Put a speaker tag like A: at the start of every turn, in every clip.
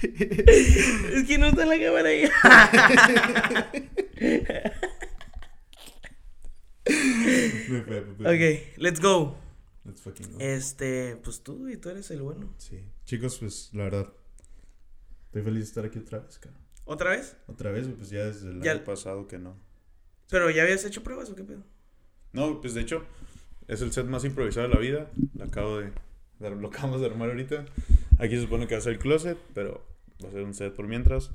A: es que no está la cámara ahí.
B: Me fue, me fue.
A: ok, let's go.
B: Let's fucking go.
A: Este, pues tú y tú eres el bueno.
B: Sí. Chicos, pues la verdad. Estoy feliz de estar aquí otra vez, cara.
A: ¿Otra vez?
B: Otra vez, pues ya desde el
A: Ya-
B: año pasado que no.
A: ¿Pero ya habías hecho pruebas o qué pedo?
B: No, pues de hecho, es el set más improvisado de la vida. Lo acabo de. de- Lo acabamos de armar ahorita. Aquí se supone que va a ser el closet, pero va a ser un set por mientras.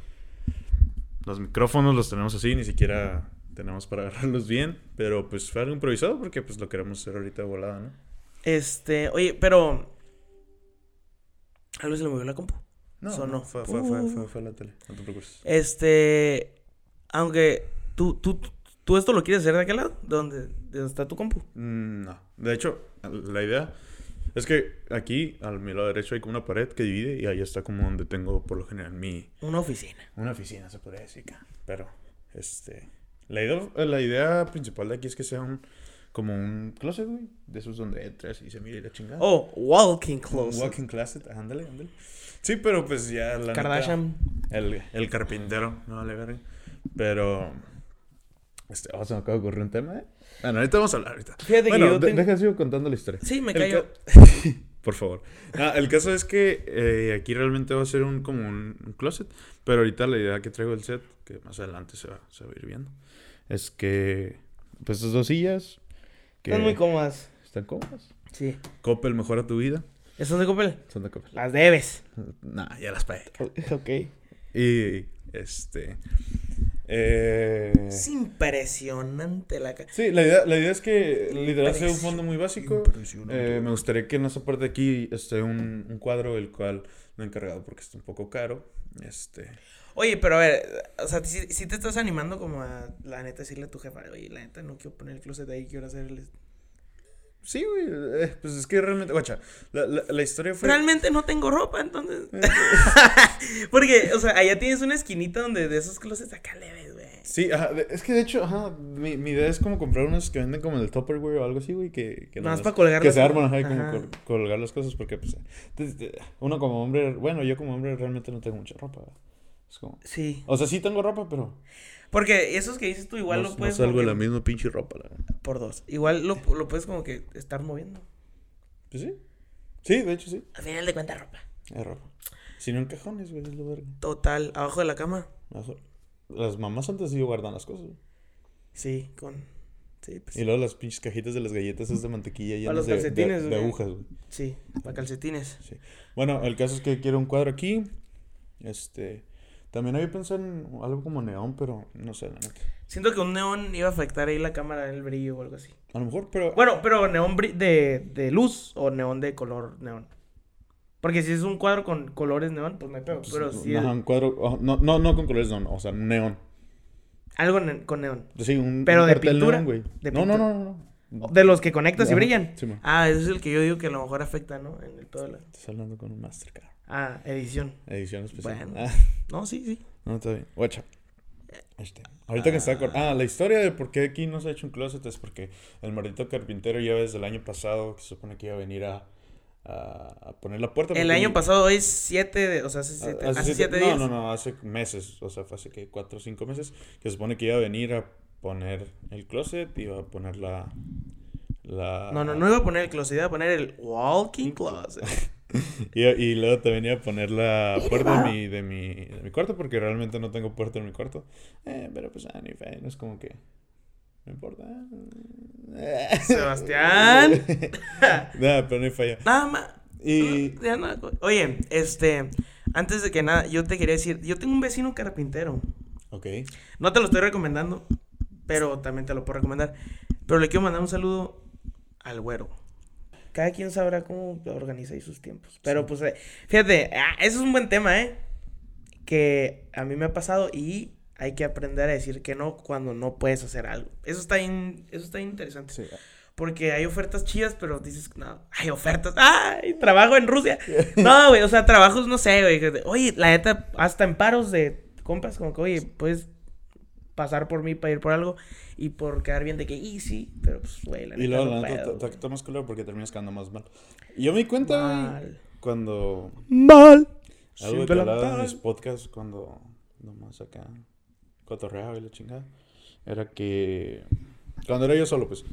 B: Los micrófonos los tenemos así, ni siquiera tenemos para agarrarlos bien. Pero pues fue algo improvisado porque pues lo queremos hacer ahorita de volada, ¿no?
A: Este, oye, pero. Algo se le movió la compu.
B: No,
A: Sonó.
B: no, Fue, fue, fue,
A: Uh.
B: fue, fue la tele, no te preocupes.
A: Este. Aunque. ¿Tú, tú, tú esto lo quieres hacer de aquel lado? ¿De donde, de donde está tu compu?
B: Mm, No, de hecho, la idea es que aquí, al mi lado derecho, hay como una pared que divide y ahí está como donde tengo por lo general mi,
A: Una oficina.
B: Una oficina, se podría decir, ca. pero este... La idea, la idea principal de aquí es que sea un, como un closet, güey, de esos donde entras y se mira y la chingada.
A: Oh, walking
B: Un
A: close.
B: walk-in closet, ándale, ándale. Sí, pero pues ya la neta,
A: Kardashian.
B: el, el carpintero, no vale verga. Pero... Este, oh, se me acaba de ocurrir un tema, ¿eh? Bueno, ahorita vamos a hablar, ahorita.
A: Fíjate que
B: bueno,
A: yo
B: de-
A: tengo-
B: deja sigo contando la historia.
A: Sí, me
B: El
A: callo.
B: ca- Por favor. Ah, el caso es que eh, aquí realmente va a ser un, como un, un closet, pero ahorita la idea que traigo del set, que más adelante se va, se va a ir viendo, es que pues estas dos sillas que
A: Están muy cómodas.
B: están cómodas.
A: Sí.
B: Coppel mejora tu vida.
A: ¿Estás de Coppel?
B: Son de Coppel.
A: Las debes.
B: Nah, ya las pagué.
A: Ok.
B: Y este eh,
A: Es impresionante la ca-
B: Sí, la idea, la idea es que literal sea un
A: Impresio-
B: fondo muy básico.
A: impresionante.
B: Eh, me gustaría que en esa parte de aquí esté un, un cuadro, el cual no he encargado porque está un poco caro. Este,
A: Oye, pero a ver, o sea, si, si te estás animando como a la neta decirle a tu jefa, oye, la neta no quiero poner el closet ahí, quiero hacer el...
B: sí, güey, eh, pues es que realmente, guacha, la, la, la historia fue...
A: Realmente no tengo ropa, entonces. Porque, o sea, allá tienes una esquinita donde de esos closets acá le ves, güey.
B: Sí, ajá, de- es que de hecho, ajá, mi, mi idea es como comprar unos que venden como en el Tupperware o algo así, güey, que... que
A: Nada más
B: nomás-
A: para colgar
B: Que
A: las
B: se
A: cosas.
B: arman, ajá, y como
A: Ajá.
B: col- colgar las cosas porque, pues, te- te- uno como hombre, bueno, yo como hombre realmente no tengo mucha ropa, ¿verdad? es como...
A: Sí.
B: O sea, sí tengo ropa, pero...
A: Porque esos que dices tú igual lo
B: no, no
A: puedes.
B: salgo
A: como
B: de la
A: que-
B: misma pinche ropa, la verdad.
A: Por dos. Igual lo, lo puedes como que estar moviendo.
B: Pues sí. Sí, de hecho sí.
A: Al final de cuentas, ropa.
B: Es ropa. Si no en cajones, güey, es lo verga.
A: Total, abajo de la cama.
B: Ajo- Las mamás antes sí guardan las cosas. güey.
A: Sí, con. Sí, pues.
B: Y luego las pinches cajitas de las galletas es de mantequilla y
A: Para los
B: de, de,
A: calcetines,
B: de
A: güey.
B: agujas, güey.
A: Sí, para calcetines.
B: Sí. Bueno, el caso es que quiero un cuadro aquí. Este. También había pensado en algo como neón, pero no sé, la neta.
A: Siento que un neón iba a afectar ahí la cámara, el brillo o algo así.
B: A lo mejor, pero.
A: Bueno, pero neón bri- de, de luz o neón de color neón. Porque si es un cuadro con colores neón, pues no hay pedo.
B: pues,
A: pero si es
B: ajá, un cuadro. oh, no, no, no con colores, no, no, o sea, neón.
A: algo ne- con neón.
B: Sí, un.
A: Pero
B: un
A: de
B: cartel
A: pintura,
B: neón, güey.
A: de
B: no,
A: pintura.
B: no, no, no, no.
A: De los que conectas y
B: Ajá,
A: brillan.
B: sí, man.
A: ah, ese es el que yo digo que a lo mejor afecta, ¿no? En el pedo de la...
B: Estás hablando con un Mastercard.
A: Ah, edición.
B: Edición especial.
A: Bueno.
B: Ah.
A: No, sí, sí.
B: No, está bien. Guacha. Este, Ahorita que está cor- Ah, la historia de por qué aquí no se ha hecho un closet es porque el maldito carpintero ya desde el año pasado que se supone que iba a venir a, a- a poner la puerta.
A: El
B: porque-
A: año pasado es 7 de... O sea, hace
B: a-
A: 7
B: Ah, hace
A: hace
B: siete-
A: siete días.
B: No, no, no, hace meses. O sea, fue hace que cuatro o cinco meses que se supone que iba a venir a poner el closet y iba a poner la. la
A: No, no, no iba a poner el closet, iba a poner el walking closet.
B: Y, y luego también iba a poner la puerta de mi, de, mi, de mi cuarto, porque realmente no tengo puerta en mi cuarto. Eh, pero pues, ah, ni fe, no es como que. No importa.
A: Sebastián.
B: Nada, pero ni falla.
A: Nada más.
B: Y.
A: Ya nada, co- Oye, este, antes de que nada, yo te quería decir, yo tengo un vecino carpintero.
B: Ok.
A: No te lo estoy recomendando, pero también te lo puedo recomendar. Pero le quiero mandar un saludo al güero. Cada quien sabrá cómo organiza ahí sus tiempos. Pero pues, eh, fíjate, ah, eso es un buen tema, ¿eh? Que a mí me ha pasado y hay que aprender a decir que no cuando no puedes hacer algo. Eso está bien, eso está bien interesante.
B: Sí.
A: Porque hay ofertas chidas, pero dices, no, hay ofertas. ¡Ay! Trabajo en Rusia. No, güey, o sea, trabajos, no sé, güey. que de- Oye, la neta, hasta en paros de compras, como que, oye, puedes pasar por mí para ir por algo y por quedar bien de que, y sí, pero pues, güey, la neta.
B: Y luego,
A: no
B: la neta,
A: puedo,
B: te- te- te tomas color porque terminas quedando más mal. Y yo me di cuenta güey,
A: Mal.
B: cuando.
A: güey. Mal.
B: Algo
A: Simple
B: que hablaba en
A: tal.
B: mis podcasts cuando nomás acá cotorreaba y la chingada. Era que. Cuando era yo solo, pues.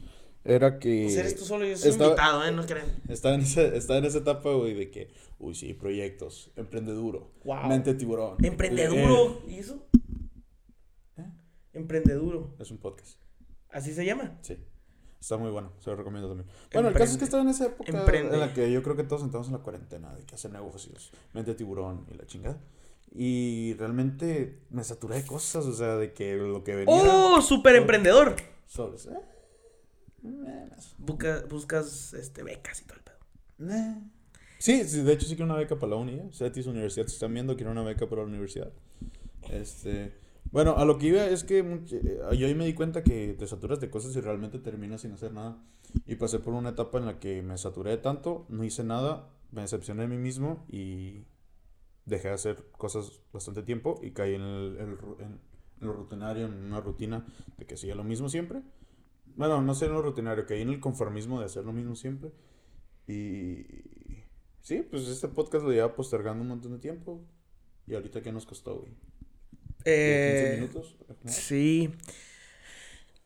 B: Era que.
A: Pues eres tú solo, yo soy
B: estaba-
A: invitado, ¿eh? No creen.
B: Estaba en, esa, estaba en esa etapa, güey, de que, uy, sí, proyectos, emprendeduro,
A: Wow.
B: mente tiburón. Eh,
A: Emprendeduro. ¿Y eso?
B: ¿Eh?
A: Emprendeduro.
B: es un podcast,
A: Así se llama.
B: sí. Está muy bueno, se lo recomiendo también. Bueno, el caso es
A: Emprende.
B: que estaba en esa época
A: Emprende.
B: en la que yo creo que todos entramos en la cuarentena, de que hacer negocios, mente tiburón y la chingada. Y realmente me saturé de cosas, o sea, de que lo que venía...
A: ¡Oh! ¡Súper emprendedor!
B: Sobres, eh, eh, más.
A: Busca- buscas este, becas y todo el pedo.
B: Eh. Sí, sí, de hecho sí quiero una beca para la uni, ¿eh? CETIS Universidad, si están viendo, quiero una beca para la universidad. Este, bueno, a lo que iba es que much- eh, yo ahí me di cuenta que te saturas de cosas y realmente terminas sin hacer nada. Y pasé por una etapa en la que me saturé de tanto, no hice nada, me decepcioné de mí mismo y dejé de hacer cosas bastante tiempo y caí en, el, el ru- en lo rutinario, en una rutina de que hacía lo mismo siempre. Bueno, no sé en lo rutinario, caí en el conformismo de hacer lo mismo siempre. Y sí, pues este podcast lo llevaba postergando un montón de tiempo. Y ahorita, ¿qué nos costó, güey? ¿15
A: Eh,
B: minutos? ¿No?
A: sí.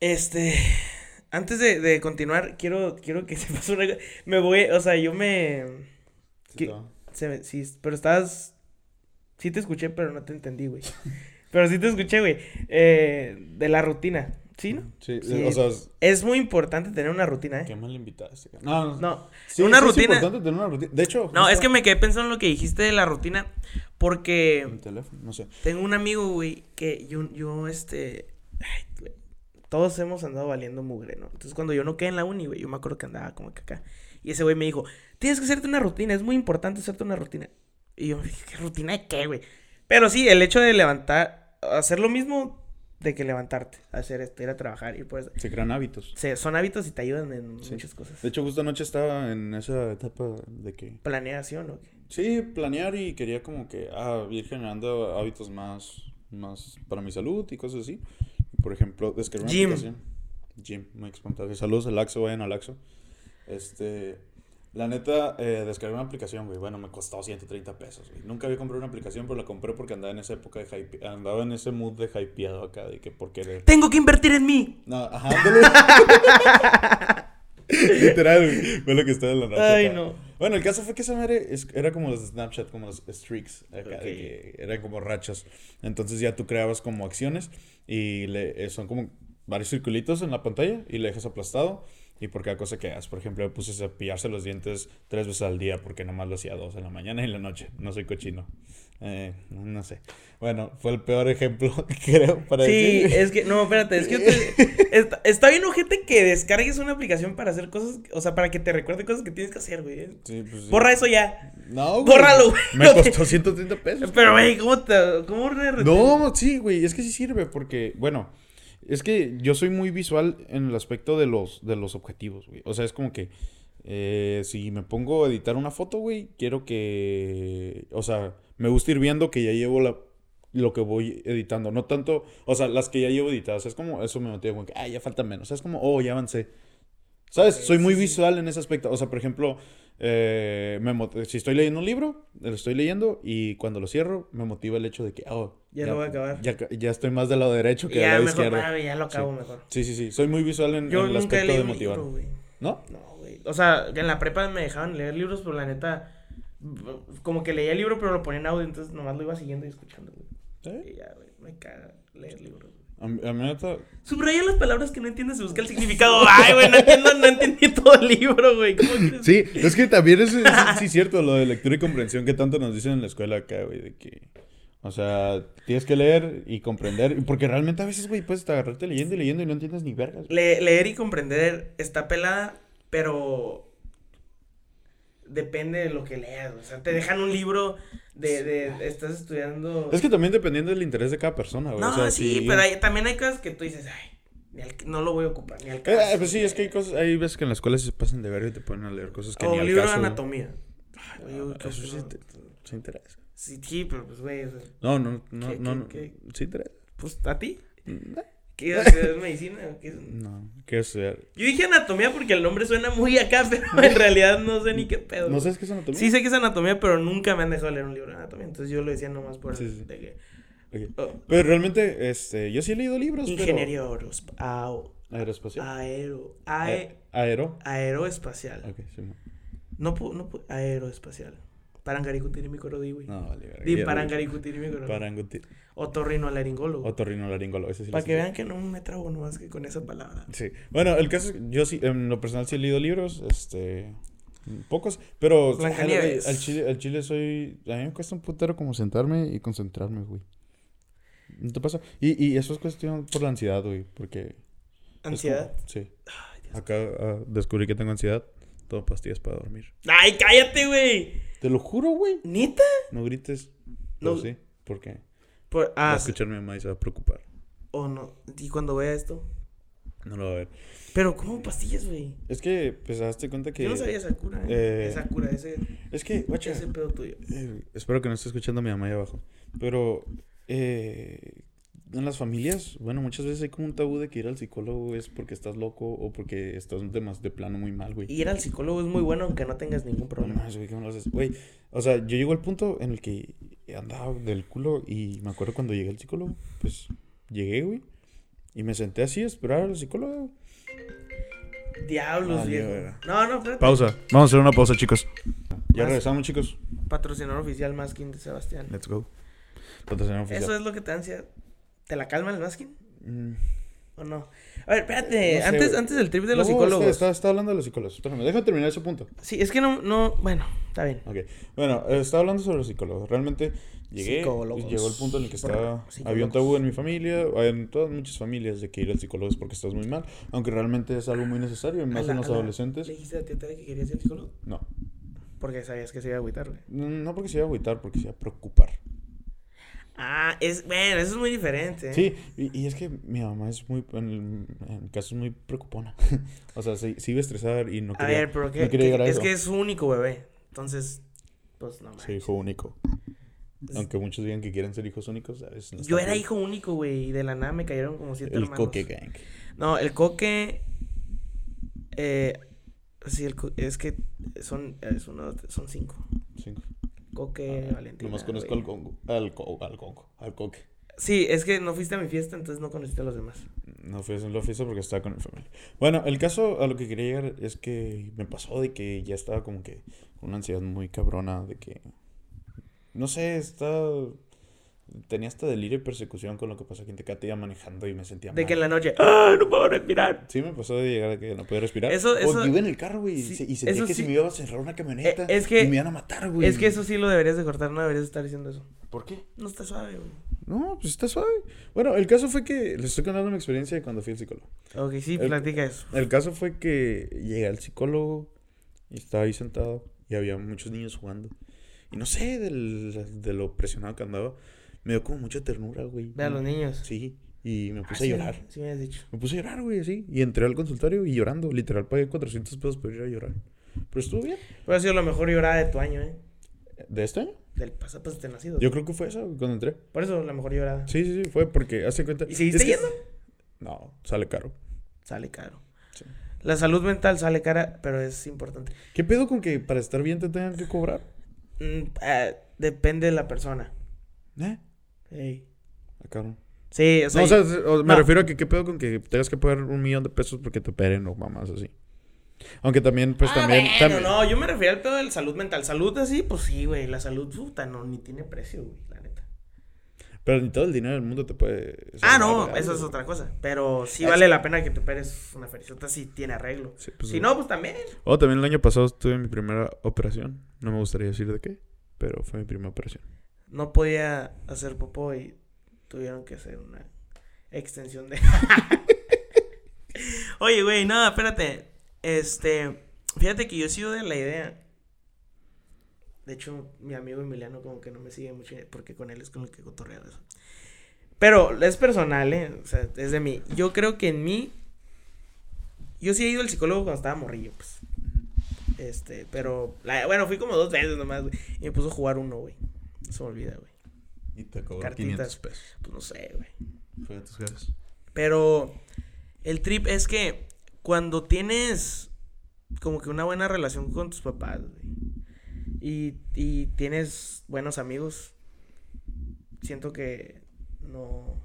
A: Este. Antes de, de continuar, quiero, quiero que se pase una. Me voy. O sea, yo me.
B: Sí,
A: ¿qué?
B: no.
A: Se me- sí, pero estabas. Sí te escuché, pero no te entendí, güey. Pero sí te escuché, güey. Eh, de la rutina. ¿Sí, no?
B: Sí,
A: Sí.
B: o sea,
A: Es muy importante tener una rutina,
B: qué
A: ¿eh?
B: mal invitado este, cabrón. No, no.
A: No.
B: Sí,
A: una
B: sí
A: rutina.
B: Es importante tener una rutina. De hecho,
A: No, es
B: justo-
A: que me quedé pensando en lo que dijiste de la rutina. Porque
B: Mi teléfono, no sé.
A: tengo un amigo, güey, que yo, yo, este. ay, güey, todos hemos andado valiendo mugre, ¿no? Entonces, cuando yo no quedé en la uni, güey, yo me acuerdo que andaba como que acá. Y ese güey me dijo: Tienes que hacerte una rutina, es muy importante hacerte una rutina. Y yo dije: ¿Qué rutina de qué, güey? Pero sí, el hecho de levantar, hacer lo mismo de que levantarte, hacer esto, ir a trabajar y pues.
B: Se crean hábitos.
A: se- son hábitos y te ayudan en
B: Sí.
A: muchas cosas.
B: De hecho, justo anoche estaba en esa etapa de que...
A: Planeación, ¿o qué?
B: Sí, planear y quería como que ah, ir generando hábitos más, más para mi salud y cosas así. Por ejemplo, descargar una
A: Gym.
B: aplicación. Gym, muy espontáneo. Saludos al Laxo, vayan al Laxo. Este, la neta, eh, descargué una aplicación, güey. Bueno, me costó 130 pesos, güey. Nunca había comprado una aplicación, pero la compré porque andaba en esa época de hype, andaba en ese mood de hypeado acá, de que por querer.
A: Tengo que invertir en mí.
B: No, ajá, ándale. Literal, güey. Fue lo que estaba en la noche.
A: Ay,
B: acá.
A: no.
B: Bueno, el caso fue que esa madre es- era como los Snapchat, como los streaks. acá,
A: Ok.
B: de que eran como rachas. Entonces ya tú creabas como acciones y le, eh, son como varios circulitos en la pantalla y le dejas aplastado. Y por cada cosa que hagas. Por ejemplo, me puse a cepillarse los dientes tres veces al día porque nomás lo hacía dos en la mañana y en la noche. No soy cochino. Eh, no sé. Bueno, fue el peor ejemplo, creo, para
A: Sí,
B: decir.
A: es que, no, espérate, es que te- está, está bien, ojete, que descargues una aplicación para hacer cosas, o sea, para que te recuerde cosas que tienes que hacer, güey. ¿eh?
B: Sí, pues sí.
A: Borra eso ya.
B: No, güey.
A: Bórralo, güey.
B: Me costó 130 pesos.
A: Pero, güey, ¿cómo te.? ¿Cómo re-
B: No, sí, güey, es que sí sirve porque, bueno, es que yo soy muy visual en el aspecto de los, de los objetivos, güey. O sea, es como que eh, si me pongo a editar una foto, güey, quiero que, o sea, me gusta ir viendo que ya llevo la, lo que voy editando, no tanto, o sea, las que ya llevo editadas, es como, eso me motiva como que, ah, ya falta menos, es como, oh, ya avancé. ¿Sabes?
A: Ok,
B: Soy muy
A: sí, sí.
B: visual en ese aspecto. O sea, por ejemplo, eh, me mot- si estoy leyendo un libro, lo estoy leyendo y cuando lo cierro, me motiva el hecho de que, oh,
A: Ya lo voy a acabar.
B: Ya, ca- ya estoy más del lado derecho que del
A: Ya,
B: lado
A: mejor,
B: izquierdo.
A: ah, ya lo acabo mejor.
B: Sí, sí, sí. Soy muy visual en,
A: Yo
B: en el
A: nunca he
B: aspecto
A: leído
B: de
A: un
B: motivar.
A: libro, güey.
B: ¿No?
A: No, güey. O sea, en la prepa me dejaban leer libros, pero la neta, b- como que leía el libro, pero lo ponía en audio, entonces nomás lo iba siguiendo y escuchando, güey.
B: ¿Sí?
A: Y ya, güey, me caga leer libros. güey.
B: A, mí- a mí neta,
A: Subraya las palabras que no entiendes y busca el significado. Ay, güey, no entiendo, no entendí todo el libro, güey. ¿Cómo quieres?
B: Sí, es que también es, es- sí cierto lo de lectura y comprensión que tanto nos dicen en la escuela acá, güey, de que, o sea, tienes que leer y comprender, porque realmente a veces, güey, puedes agarrarte leyendo y leyendo y no entiendes ni vergas. güey.
A: Le- leer y comprender está pelada, pero depende de lo que leas. O sea, te dejan un libro de, de- estás estudiando.
B: Es que también dependiendo del interés de cada persona, güey.
A: no,
B: o sea,
A: sí,
B: si-
A: pero hay- también hay cosas que tú dices, ay, ni al- no lo voy a ocupar, ni al
B: Eh,
A: caso.
B: eh, pues sí, es que hay cosas, hay veces que en la escuela se pasan de verga y te ponen a leer cosas que
A: O
B: ni
A: un
B: al
A: libro
B: caso,
A: de
B: güey.
A: anatomía. Ay, güey, yo creo
B: Ah, eso
A: que
B: sí
A: no.
B: te- se interesa.
A: sí, sí, pero pues, güey, o sea,
B: No, no, no,
A: ¿Qué-
B: no,
A: qué-
B: se interesa.
A: pues a ti. ¿Qué ibas a estudiar medicina? o qué?
B: No, quiero estudiar.
A: Yo dije anatomía porque el nombre suena muy acá, pero en realidad no sé ni qué pedo.
B: ¿No sabes qué es anatomía?
A: Sí sé que es anatomía, pero nunca me han dejado leer un libro de anatomía. Entonces yo lo decía nomás por...
B: Sí, Pues, sí.
A: de que-
B: Ok.
A: oh,
B: Pero realmente, este, yo sí he leído libros,
A: ingeniería aeros- ao-
B: pero... Aeroespacial.
A: aero... ae-
B: Eh, Aero.
A: aeroespacial.
B: Ok, sí. no.
A: No puedo... No pu- aeroespacial. Parangaricutirimicoro, güey.
B: No, vale, verga.
A: Di
B: Ya,
A: parangaricutirimicoro.
B: Paranguti.
A: Otorrinolaringólogo.
B: Otorrinolaringólogo, ese sí lo
A: Para
B: sé.
A: que vean que no me trago nomás que con esa palabra.
B: Sí. Bueno, el caso es que yo sí, en lo personal sí he leído libros, este, pocos, pero
A: Blancanieves.
B: al, al chile, al chile soy, a mí me cuesta un putero como sentarme y concentrarme, güey. ¿No te pasa? Y, y eso es cuestión por la ansiedad, güey, porque... es como-
A: Ansiedad.
B: sí.
A: Ay, Dios.
B: Acá ah, descubrí que tengo ansiedad, tomo pastillas para dormir.
A: Ay, cállate, güey.
B: Te lo juro, güey.
A: ¿Nita?
B: No grites.
A: No.
B: No. sí, porque
A: Por,
B: va a
A: ah,
B: escuchar mi mamá y se va a preocupar.
A: o no. Y cuando vea esto.
B: No lo va a ver.
A: Pero, ¿cómo pastillas, güey?
B: Es que, pues, hazte cuenta que...
A: Yo no sabía esa cura, eh.
B: eh,
A: Esa cura, ese,
B: Es que, guacha,
A: ese pedo tuyo.
B: Eh, espero que no esté escuchando mi mamá ahí abajo. Pero eh, en las familias, bueno, muchas veces hay como un tabú de que ir al psicólogo es porque estás loco o porque estás de, más- de plano muy mal, güey.
A: Ir al psicólogo es muy bueno aunque no tengas ningún
B: No
A: problema.
B: mames, güey, ¿cómo lo haces? Güey, o sea, yo llego al punto en el que andaba del culo y me acuerdo cuando llegué al psicólogo, pues llegué, güey, y me senté así a esperar al psicólogo.
A: Diablos,
B: Vale,
A: viejo.
B: Mm. verga.
A: No, no, espérate.
B: Pausa, vamos a hacer una pausa, chicos. Ya
A: Más-
B: regresamos, chicos.
A: Patrocinador oficial Maskin de Sebastián.
B: Let's go. Patrocinador oficial.
A: Eso es lo que te da ansiedad. ¿Te la calma el Maskin?
B: Mm.
A: ¿O no? A ver, espérate.
B: No sé,
A: antes,
B: güey.
A: antes del trip de los
B: No,
A: psicólogos.
B: Está, está- está hablando de los psicólogos. Espérame, déjame terminar ese punto.
A: Sí, es que no, no. Bueno, está bien.
B: Ok. Bueno, eh, estaba hablando sobre los psicólogos. Realmente llegué. pues,
A: Psicólogos.
B: Llegó el punto en el que estaba.
A: Psicólogos.
B: Había un tabú en mi familia, en todas muchas familias, de que ir al psicólogo es porque estás muy mal. Aunque realmente es algo muy necesario, y más
A: A la-
B: en los
A: a la-
B: adolescentes.
A: ¿Le dijiste a Tetera que querías ir al psicólogo?
B: No.
A: Porque sabías que se iba a agüitar, güey.
B: N- No porque se iba a agüitar, porque se iba a preocupar.
A: Ah, es. Bueno, eso es muy diferente. ¿eh?
B: Sí, y, y es que mi mamá es muy. En, el- en mi caso es muy preocupona. o sea, se, se iba a estresar y no
A: A
B: quería.
A: ver, pero que,
B: no quería
A: que-
B: llegar a
A: es
B: eso.
A: que es su único bebé. Entonces, pues no
B: Soy
A: manches.
B: hijo único.
A: Es-
B: Aunque muchos digan que quieren ser hijos únicos, a veces no
A: Yo
B: está
A: era
B: bien.
A: hijo único, güey, y de la nada me cayeron como siete
B: El
A: hermanos.
B: coque gang.
A: No, el coque. Eh, sí, el co- es que son, es uno, dos, tres, son cinco.
B: Sí.
A: Coque,
B: Ah,
A: Eh, Valentina.
B: Nomás conozco
A: güey.
B: al congo. Al congo, al congo, al coque.
A: Sí, es que no fuiste a mi fiesta, entonces no conociste a los demás.
B: No fui a hacer la fiesta porque estaba con mi familia. Bueno, el caso a lo que quería llegar es que me pasó de que ya estaba como que con una ansiedad muy cabrona de que. No sé, estaba. Tenía hasta delirio y persecución con lo que pasó aquí en Tecate, iba manejando y me sentía
A: De
B: mal.
A: que en la noche. ¡Ah! No puedo respirar.
B: Sí, me pasó de llegar a que no podía respirar.
A: Eso- eso-
B: O iba en el carro, güey, y
A: sí,
B: se- y sentía
A: eso
B: que
A: sí.
B: si me iba a cerrar una camioneta.
A: Eh, es que-
B: Y me iban a matar, güey.
A: Es que eso sí lo deberías de cortar, no deberías estar diciendo eso.
B: ¿Por qué?
A: No está suave, güey.
B: No, pues está suave. Bueno, el caso fue que les estoy contando mi experiencia de cuando fui al psicólogo.
A: Ok, sí,
B: El-
A: platica eso.
B: El caso fue que llegué al psicólogo y estaba ahí sentado y había muchos niños jugando. Y no sé, del- de lo presionado que andaba, me dio como mucha ternura, güey.
A: Ve a los niños.
B: Sí, y me
A: Ah,
B: puse
A: sí,
B: a llorar.
A: Sí, me habías dicho.
B: Me puse a llorar, güey, así. Y entré al consultorio y llorando. Literal, pagué 400 pesos por ir a llorar. Pero estuvo bien.
A: Pero ha sido la mejor llorada de tu año, ¿eh?
B: ¿De este año?
A: Del pasado, pues, te nacido.
B: Yo creo que fue esa güey, cuando entré.
A: Por eso la mejor llorada.
B: Sí, sí, sí, fue porque hace cuenta.
A: ¿Y seguiste
B: es que-
A: yendo?
B: No, sale caro.
A: Sale caro.
B: Sí.
A: La salud mental sale cara, pero es importante.
B: ¿Qué pedo con que para estar bien te tengan que cobrar?
A: Mm, ah, depende de la persona.
B: ¿Eh?
A: Ey.
B: Ah, cabrón.
A: Sí, o sea,
B: No, o sea, o- me
A: Pues no.
B: refiero a que qué pedo con que tengas que pagar un millón de pesos porque te operen o mamás así. Aunque también, pues
A: ah,
B: también.
A: bueno,
B: también-
A: no, yo me refiero al pedo de la salud mental. Salud así, pues sí, güey. La salud, puta, no, ni tiene precio, güey, la neta.
B: Pero ni todo el dinero del mundo te puede.
A: Ah,
B: salvar
A: no,
B: de algo.
A: eso es otra cosa. Pero sí
B: Es-
A: vale la pena que te operes una ferizota si tiene arreglo.
B: Sí, pues,
A: si no, pues también.
B: O también el año pasado tuve mi primera operación. No me gustaría decir de qué, pero fue mi primera operación.
A: No podía hacer popó y tuvieron que hacer una extensión de. Oye, güey, no, espérate. Este, fíjate que yo he sido de la idea. De hecho, mi amigo Emiliano como que no me sigue mucho porque con él es con el que cotorreo eso. Pero es personal, ¿eh? O sea, es de mí. Yo creo que en mí. Yo sí he ido al psicólogo cuando estaba morrillo, pues. Este, pero. la- bueno, fui como dos veces nomás, güey. Y me puso a jugar uno, güey. No se me olvida, güey.
B: Y te cobró
A: Cartitas. 500
B: pesos.
A: Pues no sé, güey.
B: Fue a tus jefes.
A: Pero el trip es que cuando tienes como que una buena relación con tus papás, güey, y, y tienes buenos amigos, siento que no...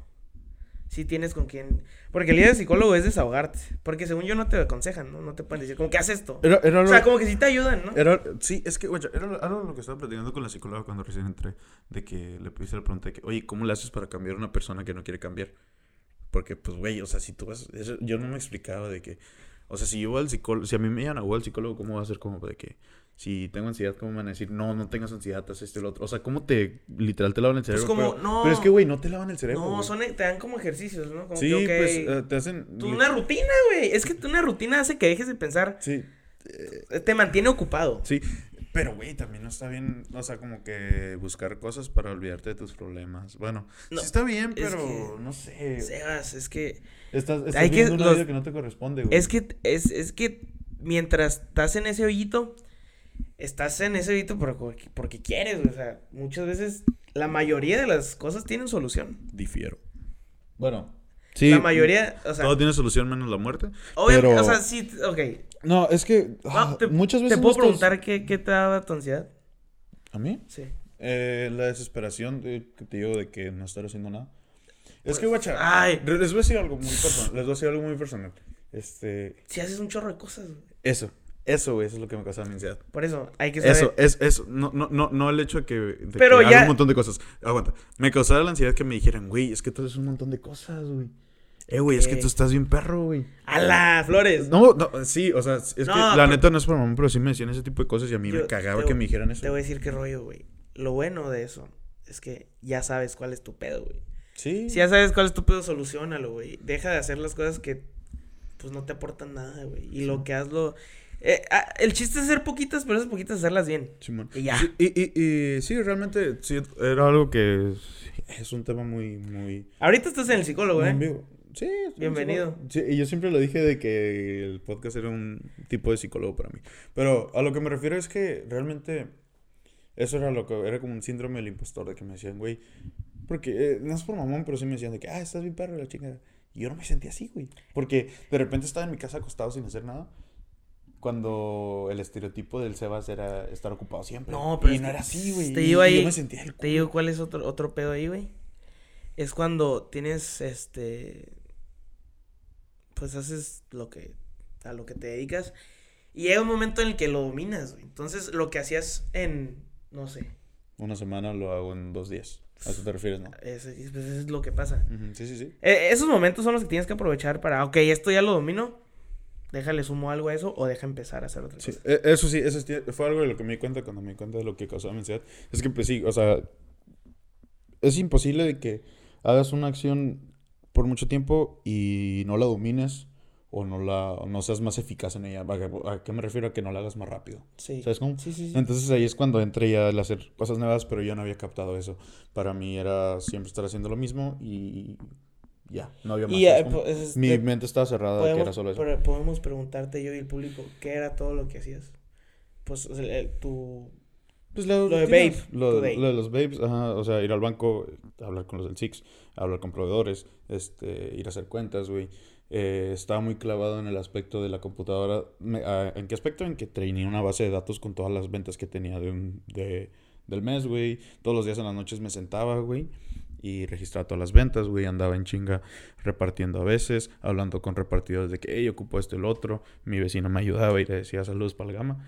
A: Si tienes con quién... Porque el idea del psicólogo es desahogarte. Porque según yo no te aconsejan, ¿no? No te pueden decir, como que haz esto.
B: Era, era
A: O
B: lo-
A: sea, como que sí te ayudan, ¿no?
B: era- sí, es que, güey, era lo- algo de lo que estaba platicando con la psicóloga cuando recién entré, de que le puse la pregunta de que, oye, ¿cómo le haces para cambiar a una persona que no quiere cambiar? Porque, pues, güey, o sea, si tú vas, eso- yo no me explicaba de que, o sea, si yo voy al psicólogo, si a mí me llevan a voy al psicólogo, ¿cómo va a ser como de que, si tengo ansiedad, cómo me van a decir, no, no tengas ansiedad, haz esto y lo otro? O sea, ¿cómo te, literal, te lavan el cerebro?
A: como,
B: pero,
A: no.
B: pero es que, güey, no te lavan el cerebro.
A: No,
B: güey.
A: son, te dan como ejercicios, ¿no? Como
B: Sí,
A: que, ok,
B: pues, eh, te hacen...
A: tú una rutina, güey. Es que una rutina hace que dejes de pensar.
B: Sí,
A: eh, Te mantiene ocupado.
B: Sí, pero güey, también no está bien, o sea, como que buscar cosas para olvidarte de tus problemas. Bueno,
A: No,
B: sí está bien,
A: es
B: pero
A: que-
B: no sé.
A: Sebas, es que.
B: Estás, estás
A: Hay que-
B: viviendo una
A: los-
B: vida que no te corresponde, güey.
A: Es que. Es, es que mientras estás en ese hoyito. Estás en ese hoyito porque, porque quieres, güey. O sea, muchas veces. La mayoría de las cosas tienen solución.
B: Difiero. Bueno, sí.
A: la mayoría. O sea.
B: Todo tiene solución menos la muerte.
A: obviamente,
B: pero-
A: O sea, sí. Ok.
B: No, es que
A: Va,
B: ah, muchas veces.
A: ¿Te puedo
B: no estás-
A: preguntar qué, qué te daba tu ansiedad?
B: ¿A mí?
A: Sí.
B: Eh, la desesperación de- que te digo de que no estar haciendo nada. Es que, guacha.
A: Ay.
B: re- Les voy a decir algo muy personal. Les voy a decir algo muy personal. Este.
A: Si haces un chorro de cosas, güey.
B: Eso. Eso, güey, eso es lo que me causa mi ansiedad.
A: Por eso, hay que saber.
B: Eso, es eso. No, no, no, no el hecho de que, de
A: Pero
B: que haga
A: ya-
B: un montón de cosas. Aguanta. Me causaba la ansiedad que me dijeran, güey, es que tú haces un montón de cosas, güey. Eh, güey, es que
A: Ok.
B: tú estás bien perro, güey.
A: ¡Hala, Flores!
B: No, no, sí, o sea, es que
A: No,
B: la
A: pero-
B: neta no es por mamón, pero sí me decían ese tipo de cosas y a mí me
A: Yo
B: cagaba
A: te-
B: que me dijeran
A: Te
B: eso.
A: voy a decir qué rollo, güey. Lo bueno de eso es que ya sabes cuál es tu pedo, güey.
B: Sí.
A: Si ya sabes cuál es tu pedo, solucionalo, güey. Deja de hacer las cosas que, pues, no te aportan nada, güey. Y lo que hazlo... eh, ah, el chiste es hacer poquitas, pero esas poquitas hacerlas bien.
B: Simón.
A: Y ya.
B: Sí, y, y- y sí, realmente, sí, era algo que es un tema muy, muy...
A: Ahorita estás en el psicólogo,
B: muy en
A: ¿eh?
B: vivo. Sí, es un
A: Bienvenido.
B: psicólogo. Sí, y yo siempre lo dije de que el podcast era un tipo de psicólogo para mí. Pero a lo que me refiero es que realmente eso era lo que era como un síndrome del impostor, de que me decían, güey, porque eh, no es por mamón, pero sí me decían de que, ah, estás bien perro y la chingada. Y yo no me sentía así, güey. Porque de repente estaba en mi casa acostado sin hacer nada. Cuando el estereotipo del Sebas era estar ocupado siempre.
A: No, pero
B: Y
A: es
B: no
A: que
B: era así, güey.
A: te
B: y-
A: digo
B: y
A: ahí-
B: Yo me sentía el
A: Te digo cuál es otro, otro pedo ahí, güey. Es cuando tienes, este... Pues haces lo que... A lo que te dedicas. Y llega un momento en el que lo dominas, güey. Entonces, lo que hacías en... No sé.
B: Una semana lo hago en dos días. A eso te refieres, ¿no?
A: Eso, es- pues, eso es lo que pasa.
B: Ujú, Sí, sí, sí.
A: Eh, esos momentos son los que tienes que aprovechar para, ok, esto ya lo domino, déjale sumo algo a eso o deja empezar a hacer otra
B: Sí,
A: cosa.
B: e- eso sí, eso sí, fue algo de lo que me di cuenta cuando me di cuenta de lo que causaba mi ansiedad. Es que, pues sí, o sea, es imposible de que hagas una acción por mucho tiempo y no la domines o no la o no seas más eficaz en ella. ¿A qué- ¿A qué me refiero? A que no la hagas más rápido.
A: Sí.
B: ¿Sabes cómo?
A: Sí, sí, sí.
B: Entonces ahí es cuando entré ya el hacer cosas nuevas, pero yo no había captado eso. Para mí era siempre estar haciendo lo mismo y ya, no había más.
A: Y, eh,
B: ¿sabes cómo?
A: pues, es-
B: Mi
A: de-
B: mente estaba cerrada a que era
A: podemos,
B: solo eso.
A: pero podemos preguntarte yo y el público, ¿qué era todo lo que hacías? Pues o sea, el- tu...
B: Pues lo,
A: Lo de
B: rutinas,
A: vape,
B: Lo,
A: tu vape.
B: lo de los babes, ajá. O sea, ir al banco, hablar con los del Six, hablar con proveedores, este, ir a hacer cuentas, güey. Eh, estaba muy clavado en el aspecto de la computadora. Me- ah, ¿En qué aspecto? En que tenía una base de datos con todas las ventas que tenía de un- de- del mes, güey. Todos los días en las noches me sentaba, güey. Y registraba todas las ventas, güey. Andaba en chinga repartiendo a veces, hablando con repartidores de que, hey, ocupo esto y lo otro. Mi vecino me ayudaba y le decía saludos para el gama.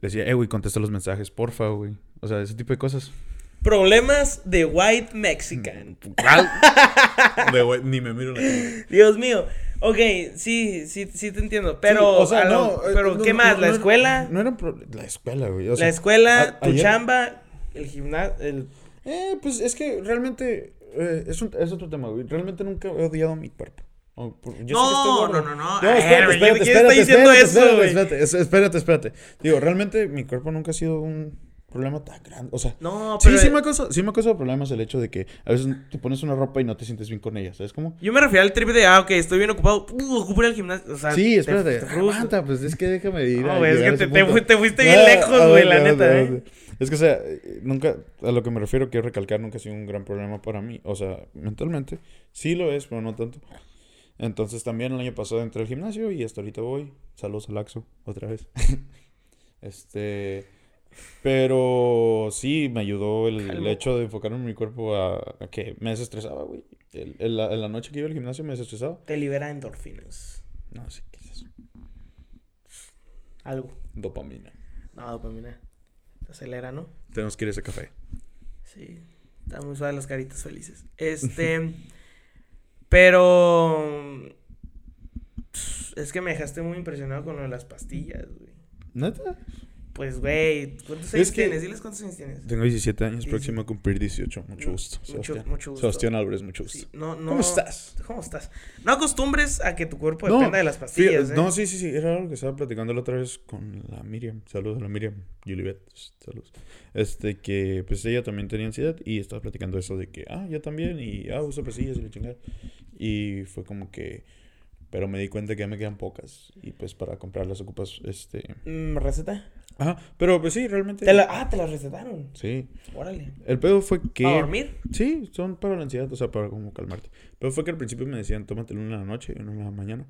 B: Le decía, eh, güey, contesta los mensajes, porfa, güey. O sea, ese tipo de cosas.
A: Problemas de White Mexican.
B: ¿Cuál? De güey, ni me miro la cara.
A: Dios mío. Ok, sí, sí, sí te entiendo. Pero,
B: Sí, o sea,
A: a lo-
B: no, eh,
A: pero
B: no,
A: ¿qué
B: no,
A: más?
B: no
A: ¿La
B: era-
A: escuela?
B: No era pro- La escuela, güey. o sea,
A: la escuela,
B: a-
A: tu
B: ayer-
A: chamba, el gimnasio, el...
B: Eh, pues es que realmente eh, es, un- es otro tema, güey. Realmente nunca he odiado mi cuerpo. O por- yo sé que
A: No,
B: estoy gordo.
A: no, no, no.
B: No,
A: A ver,
B: espérate,
A: güey,
B: espérate,
A: ¿quién está
B: espérate,
A: diciendo
B: espérate,
A: eso,
B: espérate,
A: güey?
B: espérate, es- espérate, espérate. Digo, realmente mi cuerpo nunca ha sido un problema tan grande. O sea,
A: No,
B: sí,
A: pero...
B: sí me ha causado, sí me ha causado problemas el hecho de que a veces te pones una ropa y no te sientes bien con ella, ¿sabes cómo?
A: Yo me refiero al trip de, ah, ok, estoy bien ocupado, uh, ocupo ir al gimnasio. O sea,
B: Sí,
A: te-
B: espérate.
A: te frustra.
B: aguanta, pues es que déjame ir.
A: No,
B: a
A: güey, es
B: llegar
A: que
B: a ese
A: te- te
B: punto.
A: fu- te fuiste bien lejos, güey,
B: aguanta,
A: la
B: aguanta,
A: neta, ¿eh?
B: aguanta. Es que, o sea, eh, nunca, a lo que me refiero, quiero recalcar, nunca ha sido un gran problema para mí. O sea, mentalmente, sí lo es, pero no tanto. Entonces también el año pasado entré al gimnasio y hasta ahorita voy. Saludos al Axo, otra vez. este. Pero sí, me ayudó el, el
A: Calvo.
B: hecho de enfocarme en mi cuerpo a, a que me desestresaba, güey. El- el- la, en la noche que iba al gimnasio me desestresaba.
A: Te libera endorfinas.
B: No sé qué es eso.
A: Algo.
B: Dopamina.
A: No, dopamina. Te acelera, ¿no?
B: Tenemos que ir a ese café.
A: Sí. Está muy suave las caritas felices. Este. pero. mm, Es que me dejaste muy impresionado con lo de las pastillas, güey.
B: ¿Neta?
A: Pues, güey, ¿cuántos
B: Es
A: años
B: que-
A: tienes? Diles cuántos años tienes.
B: Tengo 17 años,
A: Diecisiete.
B: próximo a cumplir 18. Mucho
A: Mu-
B: gusto.
A: mucho-
B: Sebastián.
A: mucho gusto.
B: Sebastián Álvarez, mucho gusto.
A: Sí, no, no.
B: ¿Cómo estás?
A: ¿Cómo estás? No acostumbres a que tu cuerpo
B: No,
A: dependa de las pastillas,
B: Fíjate,
A: ¿eh?
B: No, sí, sí, sí. Era algo que estaba platicando la otra vez con la Miriam. Saludos a la Miriam. Juliet, saludos. Este, que pues ella también tenía ansiedad y estaba platicando eso de que, ah, yo también y, ah, uso pasillas y la chingada. Y fue como que, pero me di cuenta que ya me quedan pocas y pues para comprarlas ocupas, este...
A: Mm, ¿Receta?
B: Ajá, pero pues sí, realmente...
A: Te la- Ah, te las recetaron.
B: Sí.
A: Órale.
B: El pedo fue que...
A: ¿Para dormir?
B: Sí, son para la ansiedad, o sea, para como calmarte. Pero fue que al principio me decían, tómatelo una en la noche y una en la mañana.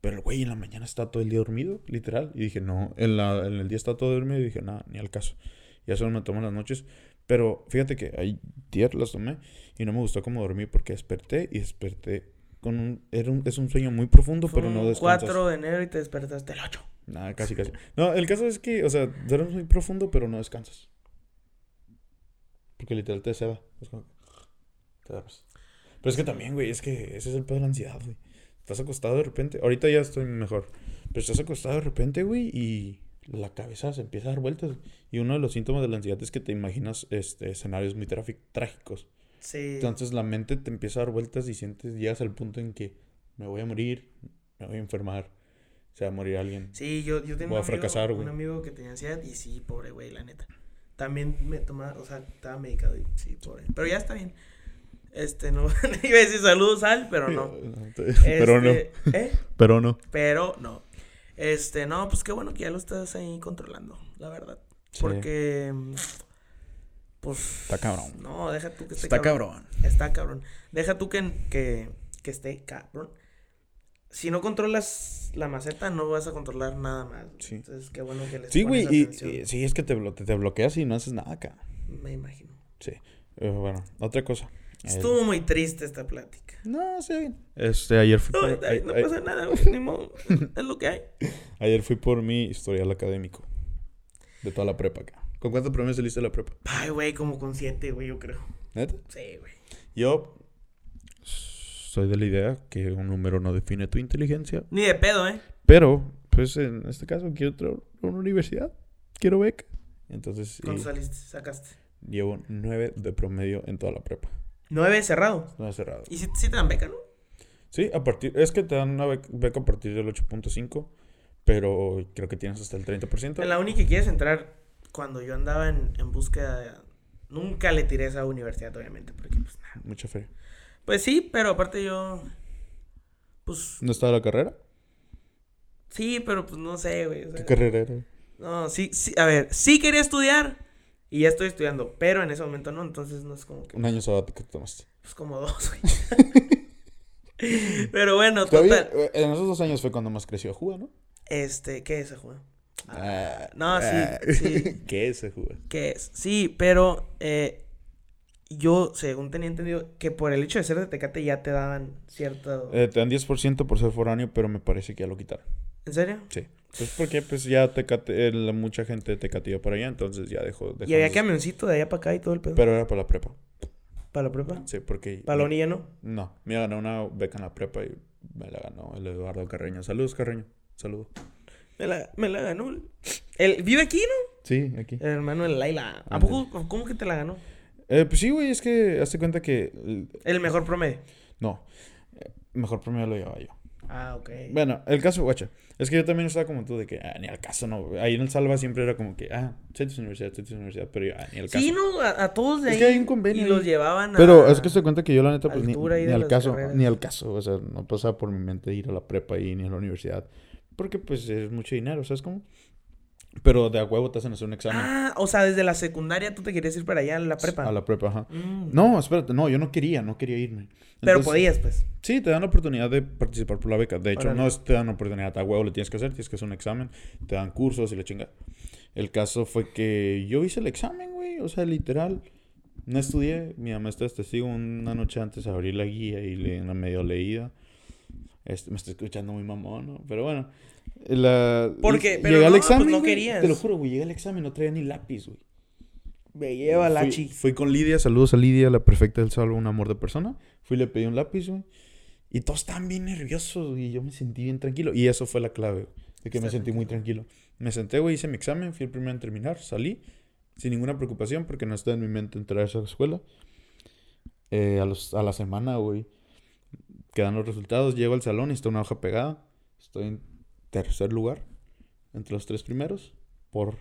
B: Pero, güey, en la mañana está todo el día dormido, literal. Y dije, no, en, la, en el día está todo dormido. Y dije, nada, ni al caso. Ya solo me tomo en las noches. Pero fíjate que ayer las tomé y no me gustó cómo dormí porque desperté y desperté con un... Era un- es un sueño muy profundo,
A: Fue
B: pero no
A: un
B: descansas.
A: 4 de enero y te despertaste el 8.
B: Nada, casi, casi. No, el caso es que, o sea, duermes muy profundo, pero no descansas. Porque literal te ceba. Es como que te duermes. Pero es que también, güey, es que ese es el pedo de la ansiedad, güey. Estás acostado de repente. Ahorita ya estoy mejor. Pero estás acostado de repente, güey, y la cabeza se empieza a dar vueltas. Y uno de los síntomas de la ansiedad es que te imaginas este, escenarios muy trafi- trágicos.
A: Sí.
B: Entonces la mente te empieza a dar vueltas y sientes, llegas al punto en que me voy a morir, me voy a enfermar, se va a morir alguien.
A: Sí, yo, yo tenía
B: Voy a
A: un, amigo,
B: fracasar, güey.
A: un amigo que tenía ansiedad y sí, pobre güey, la neta. También me tomaba, o sea, estaba medicado y sí, pobre. Pero ya está bien. Este, no, iba a decir saludos al, pero no.
B: Pero no.
A: Este, ¿eh?
B: Pero no.
A: Pero no. Este, no, pues qué bueno que ya lo estás ahí controlando, la verdad. Porque, mm, pues...
B: Está cabrón.
A: No, deja tú que esté
B: Está cabrón.
A: Está este cabrón. Deja tú que, que, que esté cabrón. Si no controlas la maceta, no vas a controlar nada más. güey.
B: Sí.
A: Entonces, qué bueno que les
B: Sí,
A: pones
B: güey. Y,
A: atención.
B: y- sí, es que te, blo- te, te bloqueas y no haces nada acá.
A: Me imagino.
B: Sí. Eh, bueno, otra cosa. El-
A: Estuvo muy triste esta plática.
B: No, sí. Este, ayer fui
A: No,
B: por,
A: ay,
B: a-
A: no
B: a-
A: pasa nada, güey. Ni modo. Es lo que hay.
B: ayer fui por mi historial académico. De toda la prepa acá. ¿Con cuántos premios saliste de la prepa?
A: Ay, güey, como con siete, güey, yo creo.
B: ¿Neta?
A: Sí, güey.
B: Yo soy de la idea que un número no define tu inteligencia.
A: Ni de pedo, ¿eh?
B: Pero, pues en este caso, quiero tra- una universidad. Quiero beca. Entonces, y-
A: ¿Cuánto saliste? Sacaste.
B: Llevo 9 de promedio en toda la prepa.
A: Nueve cerrado.
B: 9 cerrado.
A: Y si, si te dan beca, ¿no?
B: Sí, a partir, es que te dan una bec- beca a partir del 8.5, pero creo que tienes hasta el 30%.
A: En la uni que quieres entrar, cuando yo andaba en, en búsqueda, de- nunca le tiré a esa universidad, obviamente, porque pues nada.
B: Mucha fe.
A: Pues sí, pero aparte yo. Pues
B: ¿No estaba la carrera?
A: sí, pero pues no sé, güey. o
B: ¿Qué
A: sea,
B: carrera era?
A: no, sí, sí, a ver, sí quería estudiar y ya estoy estudiando, pero en ese momento no, entonces no es como que.
B: Un año sabático te tomaste.
A: Es como dos, güey. pero bueno,
B: Todavía,
A: total.
B: eh, en esos dos años fue cuando más creció Juga, ¿no?
A: Este, ¿qué es ese juego?
B: Ah,
A: no, sí,
B: ah.
A: sí.
B: ¿Qué es ese Juga?
A: ¿Qué es? Sí, pero eh, yo, según tenía entendido, que por el hecho de ser de Tecate ya te daban cierto.
B: Eh, te dan 10% por ser foráneo, pero me parece que ya lo quitaron.
A: ¿En serio?
B: Sí. Pues porque pues ya Tecate, eh, la- mucha gente de Tecate iba para allá, entonces ya dejó.
A: Y había
B: dejamos-
A: camioncito de allá para acá y todo el pedo.
B: Pero era para la prepa.
A: Para la prepa.
B: Sí, porque...
A: Para la uni ya no.
B: No, me iba a ganar una beca en la prepa y me la ganó el Eduardo Carreño. Saludos, Carreño. Saludos.
A: Me la, me la ganó. el- El, ¿Vive aquí, no?
B: Sí, aquí.
A: El hermano de Laila. ¿A poco? ¿Cómo que te la ganó?
B: Eh, pues sí, güey, es que hazte cuenta que. eh,
A: El mejor promedio.
B: No, eh, mejor primero lo llevaba yo.
A: Ah, ok.
B: Bueno, el caso, guacha, es que yo también estaba como tú de que, ah, ni al caso, no. Ahí en el Salva siempre era como que, ah, Cetis Universidad, Cetis Universidad, pero yo, ah, ni al caso.
A: Sí, no, a, a todos de ahí.
B: Es que hay un convenio
A: Y
B: ahí.
A: los llevaban a.
B: Pero es que se cuenta que yo la neta pues ni,
A: altura ahí
B: ni
A: de
B: al
A: las
B: caso,
A: carreras.
B: ni al caso, o sea, no pasaba por mi mente ir a la prepa y ni a la universidad, porque pues es mucho dinero, ¿sabes cómo? Pero de a huevo te hacen hacer un examen.
A: Ah, o sea, desde la secundaria tú te querías ir para allá a la prepa.
B: A la prepa, ajá.
A: Mm.
B: No, espérate, no, yo no quería, no quería irme.
A: Pero
B: Entonces,
A: podías, pues.
B: Sí, te dan la oportunidad de participar por la beca. De hecho,
A: Órale.
B: no es- te dan oportunidad, a huevo le tienes que hacer, tienes que hacer un examen, te dan cursos y la chinga. El caso fue que yo hice el examen, güey, o sea, literal. No estudié, mi mamá está testigo una noche antes, abrí la guía y leí una medio leída. Este, me está escuchando muy mamón, ¿no? Pero bueno. La,
A: ¿Por qué? Pero no, pues, no
B: güey,
A: querías.
B: Te lo juro, güey, llegué al examen, no traía ni lápiz, güey.
A: Me lleva la
B: Fui-
A: chi.
B: Fui con Lidia, saludos a Lidia, la perfecta del salvo, un amor de persona. Fui y le pedí un lápiz, güey. Y todos estaban bien nerviosos, güey, y yo me sentí bien tranquilo. Y eso fue la clave, güey, de que me
A: Estar
B: sentí muy tranquilo. Me senté, güey, hice mi examen, fui el primero en terminar, salí sin ninguna preocupación porque no estaba en mi mente entrar a esa escuela. Eh, a, los, a la semana, güey, quedan los resultados, llego al salón y está una hoja pegada. Estoy en tercer lugar entre los tres primeros por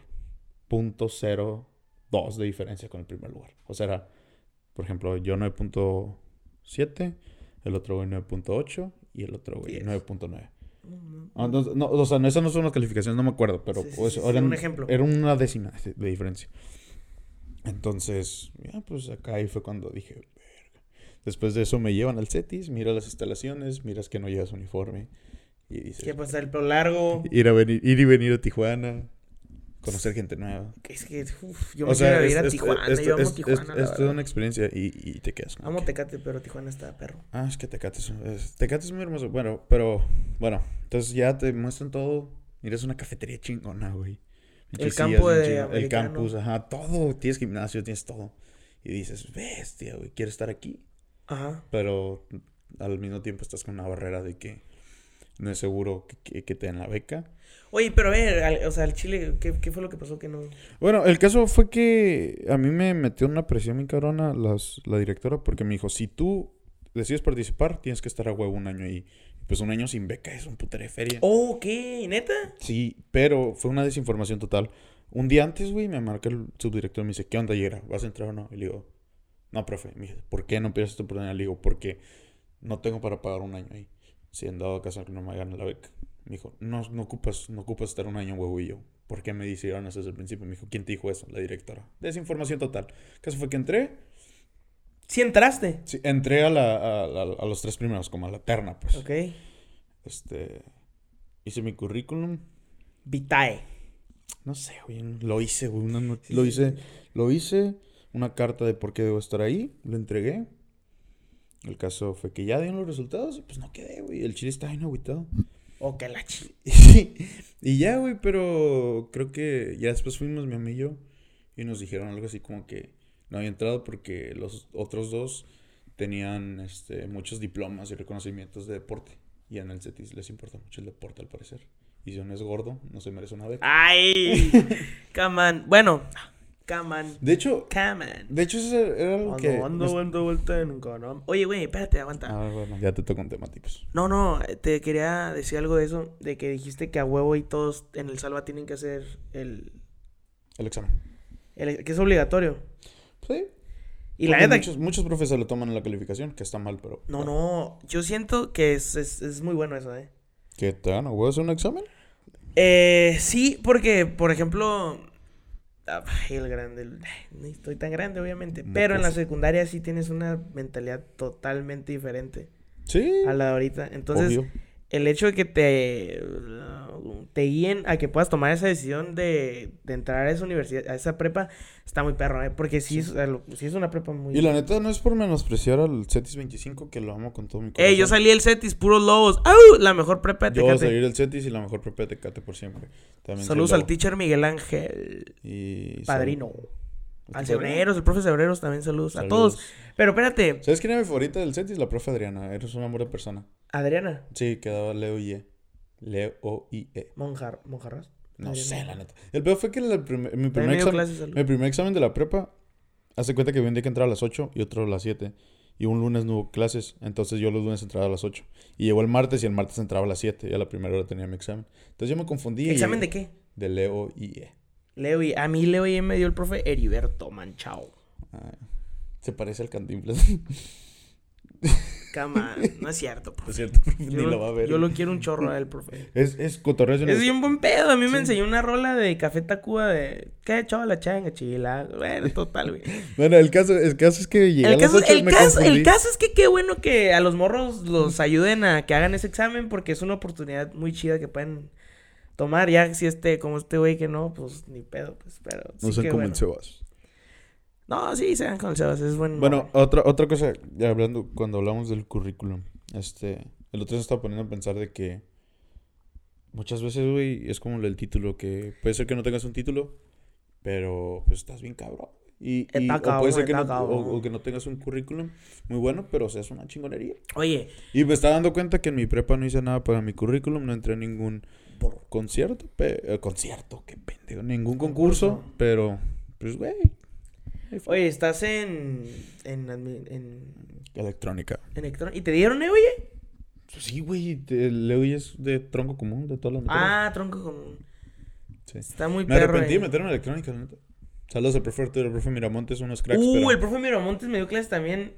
B: punto cero dos de diferencia con el primer lugar. O sea, era, por ejemplo, yo 9.7, el otro güey 9.8 y el otro güey
A: Diez.
B: 9.9.
A: Mm,
B: Ah, No, no, o sea, no, esas no son las calificaciones, no me acuerdo, pero
A: Sí, sí,
B: pues,
A: sí, sí,
B: eran-
A: un ejemplo.
B: era una décima de de diferencia. Entonces, ya, pues acá ahí fue cuando dije, "Verga". Después de eso me llevan al CETIS, mira las instalaciones, miras que no llevas uniforme y dices,
A: ¿Qué pasa? pues, El pelo largo.
B: ir, a venir, ir y venir a Tijuana, conocer gente nueva.
A: Es que, uf, yo me quiero
B: este,
A: ir a Tijuana. yo amo Tijuana. la
B: es toda
A: verdad.
B: una experiencia y, y te quedas. como
A: Amo
B: que,
A: Tecate, pero Tijuana está perro.
B: Ah, es que Tecate es, es- Tecate es muy hermoso. Bueno, pero bueno, entonces ya te muestran todo. Mira, es una cafetería chingona, güey. Pinches
A: campo
B: sillas bien
A: de
B: chingonas, El
A: americano.
B: campus, ajá, todo. Tienes gimnasio, tienes todo. Y dices, bestia, güey, quiero estar aquí.
A: Ajá.
B: Pero al mismo tiempo estás con una barrera de que no es seguro que, que- que te den la beca.
A: Oye, pero a ver, al- o sea, el Chile, ¿qué, qué fue lo que pasó que no?
B: Bueno, el caso fue que a mí me metió una presión bien cabrona las- la directora porque me dijo, si tú decides participar, tienes que estar a huevo un año ahí. Pues un año sin beca es un putere feria.
A: Oh, ¿qué? ¿Neta?
B: Sí, pero fue una desinformación total. Un día antes, güey, me marca el subdirector y me dice, ¿qué onda, Yera? ¿Vas a entrar o no? Y le digo, no, profe. Me dice, ¿por qué no pierdes esta oportunidad? Le digo, porque no tengo para pagar un año ahí. Si en dado caso que no me gane la beca. Me dijo, no, no ocupas, no ocupas estar un año, huevo, y yo. ¿Por qué me dijeron eso desde el principio? Me dijo, ¿quién te dijo eso? La directora. Desinformación total. El caso fue que entré,
A: Sí entraste.
B: sí, entré a, la, a, a- a los tres primeros, como a la terna, pues.
A: Ok.
B: Este, hice mi currículum,
A: Vitae.
B: No sé, güey. un- Lo hice, güey. una no-
A: Sí,
B: lo
A: sí,
B: hice. Lo hice. Una carta de por qué debo estar ahí. Lo entregué. El caso fue que ya dieron los resultados y pues no quedé, güey. El chile está bien agüitado.
A: Oh, que la chi.
B: y ya, güey, pero creo que ya después fuimos mi amigo y yo y nos dijeron algo así como que no había entrado porque los otros dos tenían este, muchos diplomas y reconocimientos de deporte. Y en el CETIS les importa mucho el deporte, al parecer. Y si uno es gordo, no se merece una
A: Ah.
B: beca.
A: Ay. Caman. Bueno, Caman.
B: De hecho,
A: Caman.
B: De hecho, eso era algo que...
A: Ando,
B: nos-
A: ando, vuelta en un cabrón. Oye, güey, espérate, aguanta.
B: Ah, bueno, ya te toco un tema, tipos.
A: No, no, te quería decir algo de eso, de que dijiste que a huevo y todos en el Salva tienen que hacer el,
B: El examen.
A: el- que es obligatorio.
B: Sí.
A: Y la
B: Porque
A: neta,
B: Muchos, muchos profes se lo toman en la calificación, que está mal, pero...
A: no, no, yo siento que es, es- es muy bueno eso, ¿eh?
B: ¿Qué te dan? ¿Voy a hacer un examen?
A: Eh, sí, porque, por ejemplo, ah, ay, el grande, el- ay, no estoy tan grande, obviamente,
B: No,
A: pero en la
B: pues.
A: secundaria sí tienes una mentalidad totalmente diferente
B: Sí.
A: a la de ahorita. Ah, Entonces,
B: obvio.
A: el hecho de que te, te guíen a que puedas tomar esa decisión de, de entrar a esa universidad, a esa prepa, está muy perro, ¿eh? Porque sí, Es, o sea, lo- sí es una prepa muy...
B: Y la neta, no es por menospreciar al CETIS 25, que lo amo con todo mi corazón.
A: Ey, yo salí del CETIS, puros lobos. ¡Au! La mejor prepa de
B: Yo voy a
A: Tecate.
B: salir del CETIS y la mejor propia de Tecate por siempre. También soy
A: Saludos al
B: lobo.
A: teacher Miguel Ángel,
B: Y...
A: padrino. Al
B: sal- ¿Tu padrino?
A: Cebreros, el profe Cebreros también saludos, a
B: Saludos.
A: todos. Pero espérate,
B: ¿Sabes quién era mi favorita del CETIS? La profe Adriana. Eres un amor de persona.
A: Adriana,
B: Sí, quedaba Leo y E. Leo y E.
A: Monjar, Monjarras.
B: No
A: Adriana.
B: sé, la neta. El peor fue que la prim- mi,
A: También
B: primer
A: me dio
B: examen,
A: clases, saludos.
B: mi primer examen de la prepa, hace cuenta que había un día que entraba a las 8 y otro a las 7. Y un lunes no hubo clases, entonces yo los lunes entraba a las 8. Y llegó el martes y el martes entraba a las 7. Y a la primera hora tenía mi examen. Entonces yo me confundí.
A: ¿Examen de qué?
B: De Leo y E.
A: Leo y... A mí Leo y me dio el profe Heriberto Manchao.
B: Ah, se parece al Cantinflas.
A: Cama, no es cierto, profe.
B: Es cierto, profe,
A: Yo
B: ni
A: lo-
B: lo va a ver.
A: Yo
B: güey.
A: lo quiero un chorro a él, profe.
B: Es, es cotorreo. sin
A: Es
B: el-
A: bien buen pedo. A mí me enseñó una rola de Café Tacuba de... ¿Qué, chaval, la changa, chila? Bueno, total, güey.
B: Bueno, el caso, el caso es que llegué a
A: El
B: las
A: caso,
B: ocho,
A: el,
B: me
A: caso, el
B: confundí.
A: caso es que qué bueno que a los morros los ayuden a que hagan ese examen porque es una oportunidad muy chida que pueden tomar. Ya si este, como este güey que no, pues ni pedo, pues, pero...
B: No
A: sí
B: sé
A: que
B: cómo
A: bueno.
B: el Sebas.
A: No, sí, sean con el Sebas, es buen
B: Bueno,
A: morro.
B: otra, otra cosa, ya hablando, cuando hablamos del currículum, este, el otro día se estaba poniendo a pensar de que muchas veces, güey, es como el título, que puede ser que no tengas un título, pero pues estás bien cabrón. Y, y-
A: Está
B: o
A: cabrón,
B: puede ser que no,
A: está
B: o- o
A: cabrón.
B: que no tengas un currículum muy bueno, pero seas una chingonería.
A: Oye,
B: Y me estaba dando cuenta que en mi prepa no hice nada para mi currículum, no entré a ningún concierto, pe- eh, concierto, qué pendejo, ningún concurso,
A: Concurso.
B: pero pues, güey,
A: oye, estás en... en, admi- en,
B: electrónica.
A: en electrón- ¿Y te dieron, eh, oye?
B: Pues sí, güey, te- le huyes de tronco común, de todas las materias.
A: Ah, tronco común.
B: Sí.
A: Está muy
B: Me
A: perro.
B: arrepentí de
A: eh.
B: meterme en electrónica, la neta. Saludos al profe Arturo, el profe Miramontes, unos cracks,
A: Uh,
B: pero...
A: el profe Miramontes me dio clases también.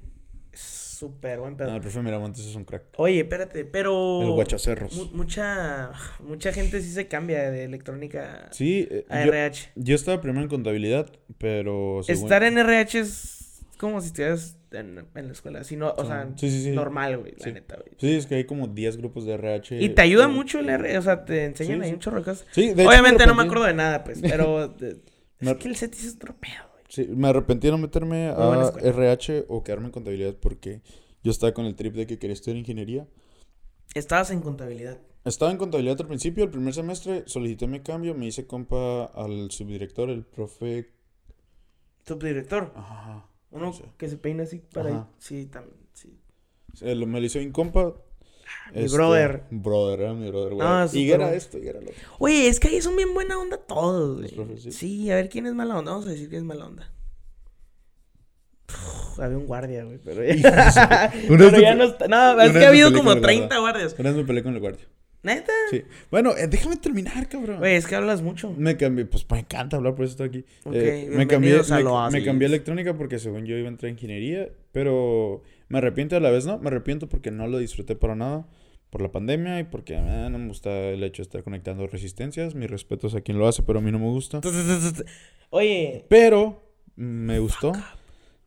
A: Súper buen pedo.
B: No, el profe Miramontes es un crack.
A: Oye, espérate, pero...
B: El guachacerros.
A: Mu- mucha, mucha gente sí se cambia de electrónica
B: Sí, eh,
A: a
B: yo,
A: RH.
B: yo estaba primero en contabilidad, pero... según-
A: Estar en RH es como si estuvieras en, en la escuela. Si no, o
B: Son-
A: sea,
B: sí, sí, sí.
A: normal, güey, la
B: Sí.
A: neta, güey.
B: Sí, es que hay como 10 grupos de RH.
A: Y te ayuda
B: eh,
A: mucho el RH, o sea, te enseñan
B: Sí,
A: ahí
B: sí.
A: un chorro de cosas.
B: Sí, de hecho,
A: Obviamente no me
B: arrepentí-
A: acuerdo de nada, pues, pero de-
B: Me-
A: es que el CETIS es otro pedo, güey.
B: Sí, me arrepentí de no meterme
A: Muy buena
B: a
A: escuela.
B: RH o quedarme en contabilidad porque yo estaba con el trip de que quería estudiar ingeniería.
A: Estabas en contabilidad.
B: Estaba en contabilidad al principio, el primer semestre, solicité mi cambio, me hice compa al subdirector, el profe...
A: Subdirector.
B: Ajá.
A: Uno
B: Ah, Sí.
A: que se peina así para ahí.
B: Ajá.
A: Sí, también. Sí.
B: Se lo- Me lo hizo mi compa.
A: Mi brother.
B: Brother, era mi brother, güey.
A: Ah, es
B: y
A: tu
B: era
A: brother.
B: esto, y era lo otro.
A: Oye, es que ahí son bien buena onda todos,
B: Los
A: güey.
B: profes, sí.
A: Sí, a ver quién es mala onda. Vamos a decir quién es mala onda. Uf, había un guardia, güey, pero ya,
B: Una
A: pero
B: vez
A: ya
B: me-
A: no está. No,
B: una
A: es
B: vez
A: que ha
B: me
A: habido
B: peleé con
A: como
B: el guarda.
A: 30 guardias.
B: Una vez me peleé con el guardia.
A: ¿Neta?
B: Sí. Bueno, eh, déjame terminar, cabrón.
A: Güey, es que hablas mucho.
B: Me cambié, pues me encanta hablar por eso estoy aquí.
A: Ok,
B: Eh, me cambié,
A: bienvenidos a
B: me,
A: lo
B: me
A: Oasis.
B: cambié a electrónica porque según yo iba a entrar en ingeniería, pero me arrepiento a la vez, ¿no? Me arrepiento porque no lo disfruté para nada por la pandemia y porque ah, no me gusta el hecho de estar conectando resistencias. Mis respetos a quien lo hace, pero a mí no me gusta.
A: Oye,
B: Pero me gustó.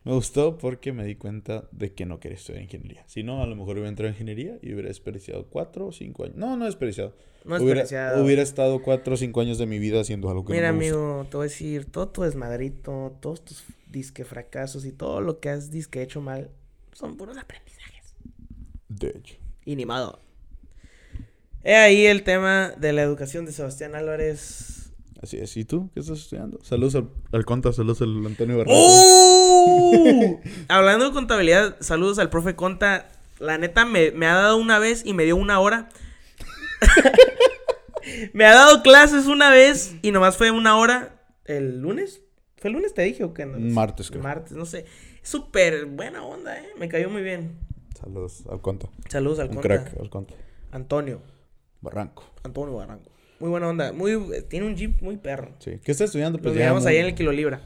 B: Me gustó porque me di cuenta de que no quería estudiar ingeniería. Si no, a lo mejor hubiera entrado en ingeniería y hubiera desperdiciado cuatro o cinco años. No, no desperdiciado.
A: no es
B: hubiera,
A: preciado.
B: hubiera estado cuatro o cinco años de mi vida haciendo algo que
A: Mira,
B: no me gusta.
A: amigo, te voy a decir, todo tu desmadrito, todos tus disque fracasos y todo lo que has disque hecho mal son puros aprendizajes.
B: De hecho.
A: y ni modo. He ahí el tema de la educación de Sebastián Álvarez.
B: Así es. ¿Y tú qué estás estudiando? Saludos al, al Conta, saludos al Antonio Barraza.
A: ¡Oh! Hablando de contabilidad, saludos al profe Conta. La neta me, me ha dado una vez y me dio una hora. me ha dado clases una vez y nomás fue una hora el lunes. ¿Fue el lunes te dije o qué? No, no sé.
B: Martes, creo.
A: Martes, no sé. Súper buena onda, ¿eh? Me cayó muy bien.
B: Saludos al Conta.
A: Saludos al
B: Un
A: Conta.
B: crack, al Conta.
A: Antonio.
B: Barranco.
A: Antonio Barranco. Muy buena onda. Muy, eh, tiene un jeep muy perro.
B: Sí. ¿Qué estás estudiando? Pues
A: Nos
B: ya
A: miramos
B: muy-
A: ahí en el Kilo Libra.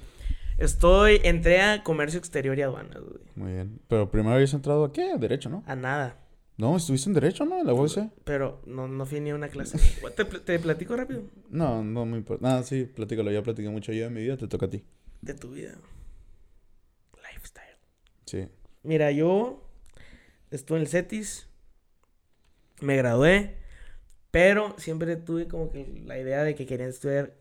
A: Estoy, entré a comercio exterior y aduanas, güey.
B: Muy bien. Pero primero habías entrado a qué? Derecho, ¿no?
A: A nada.
B: No, estuviste en Derecho, ¿no? En la UAC.
A: Pero no, no fui ni a una clase. ¿Te, pl- te platico rápido?
B: No, no me importa. Nada, sí, platícalo. Ya platiqué mucho yo en mi vida, te toca a ti.
A: De tu vida. Lifestyle.
B: Sí.
A: Mira, yo estuve en el CETIS. Me gradué. Pero siempre tuve como que la idea de que quería estudiar.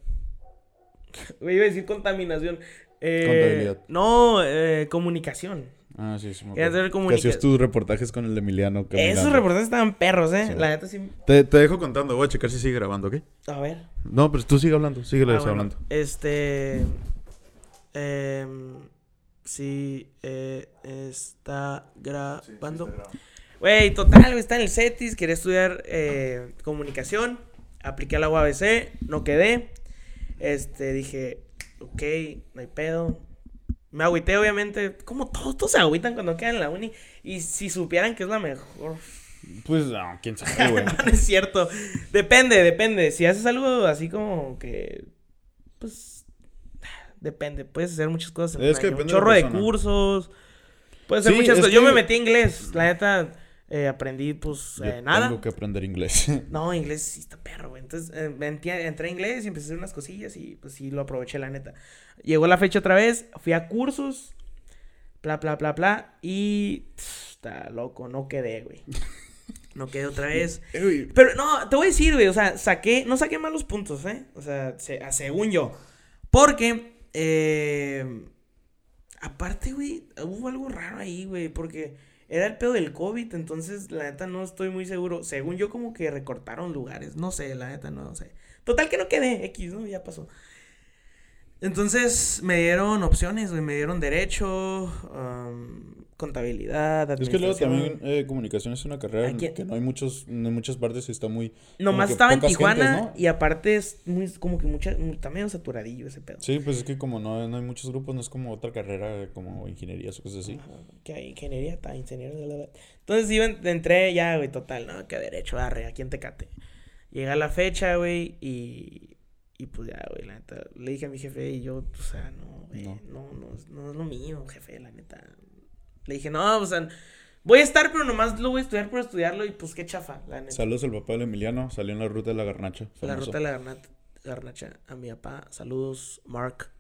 A: Me iba a decir contaminación. Eh,
B: Contabilidad.
A: No, eh, comunicación.
B: Ah, sí, sí. me
A: Quería
B: acuerdo.
A: hacer
B: Que
A: comunica-
B: hacías tus reportajes con el Emiliano.
A: Esos
B: caminando.
A: reportajes estaban perros, ¿eh?
B: Sí.
A: La neta sí.
B: Te, te dejo contando, voy a checar si sigue grabando, ¿ok?
A: A ver.
B: No, pero tú sigue hablando, sigue
A: Ah, bueno,
B: hablando.
A: Este. em, sí, eh, está grabando. Güey, total, güey, está en el CETIS. Quería estudiar eh, comunicación. Apliqué a la UABC, no quedé. Este, dije, ok, no hay pedo. Me agüité, obviamente. Como todos, todos se agüitan cuando quedan en la uni. Y si supieran que es la mejor
B: Pues, no, quién sabe, güey.
A: no, no es cierto. Depende, depende. Si haces algo así como que. Pues. Depende. Puedes hacer muchas cosas. en
B: Es
A: un
B: que
A: año. Un
B: depende de la
A: chorro de,
B: persona.
A: cursos. Puede ser
B: Sí,
A: muchas
B: es
A: cosas. Yo
B: que-
A: me metí a inglés. La neta, eh, aprendí, pues,
B: Yo
A: eh, nada.
B: Tengo que aprender inglés.
A: No, inglés sí está perro, güey. Entonces, eh, me enti- entré a inglés y empecé a hacer unas cosillas y pues sí lo aproveché, la neta. Llegó la fecha otra vez, fui a cursos, bla, bla, bla, bla, y pff, está loco, no quedé, güey. No quedé otra vez. Pero no, te voy a decir, güey, o sea, saqué, no saqué malos puntos, ¿eh? O sea, se- a- según yo. Porque, eh, aparte, güey, hubo algo raro ahí, güey, porque era el pedo del COVID, entonces, la neta, no estoy muy seguro. Según yo, como que recortaron lugares, no sé, la neta, no sé. Total que no quedé, X, ¿no? Ya pasó. Entonces, me dieron opciones, güey, me dieron derecho, am, contabilidad,
B: Es que luego
A: administración.
B: también eh, comunicación es una carrera en
A: Aquí-
B: que no hay muchos, en muchas partes está muy... como
A: Nomás
B: que
A: estaba en
B: pocas
A: Tijuana
B: gentes, ¿no?
A: y aparte es muy, como que mucha, muy- está medio saturadillo ese pedo.
B: Sí, pues es que como no, no hay muchos grupos, no es como otra carrera como ingeniería o cosas así.
A: Ajá, Que hay ingeniería, está ingeniero. la, la, la. Entonces yo en- entré ya, güey, total, ¿no? Que derecho, arre, aquí en Tecate. Llega la fecha, güey, y, y pues ya, güey, la neta. Le dije a mi jefe y yo, o sea, no, güey, no.
B: No.
A: No, es- no es lo mío, jefe, la neta. Le dije, no, o sea, voy a estar, pero nomás lo voy a estudiar por estudiarlo y pues qué chafa, la neta.
B: Saludos al papá del Emiliano, salió en la ruta de la garnacha.
A: La
B: famoso.
A: ruta de la garnat- garnacha a mi papá. Saludos, Mark.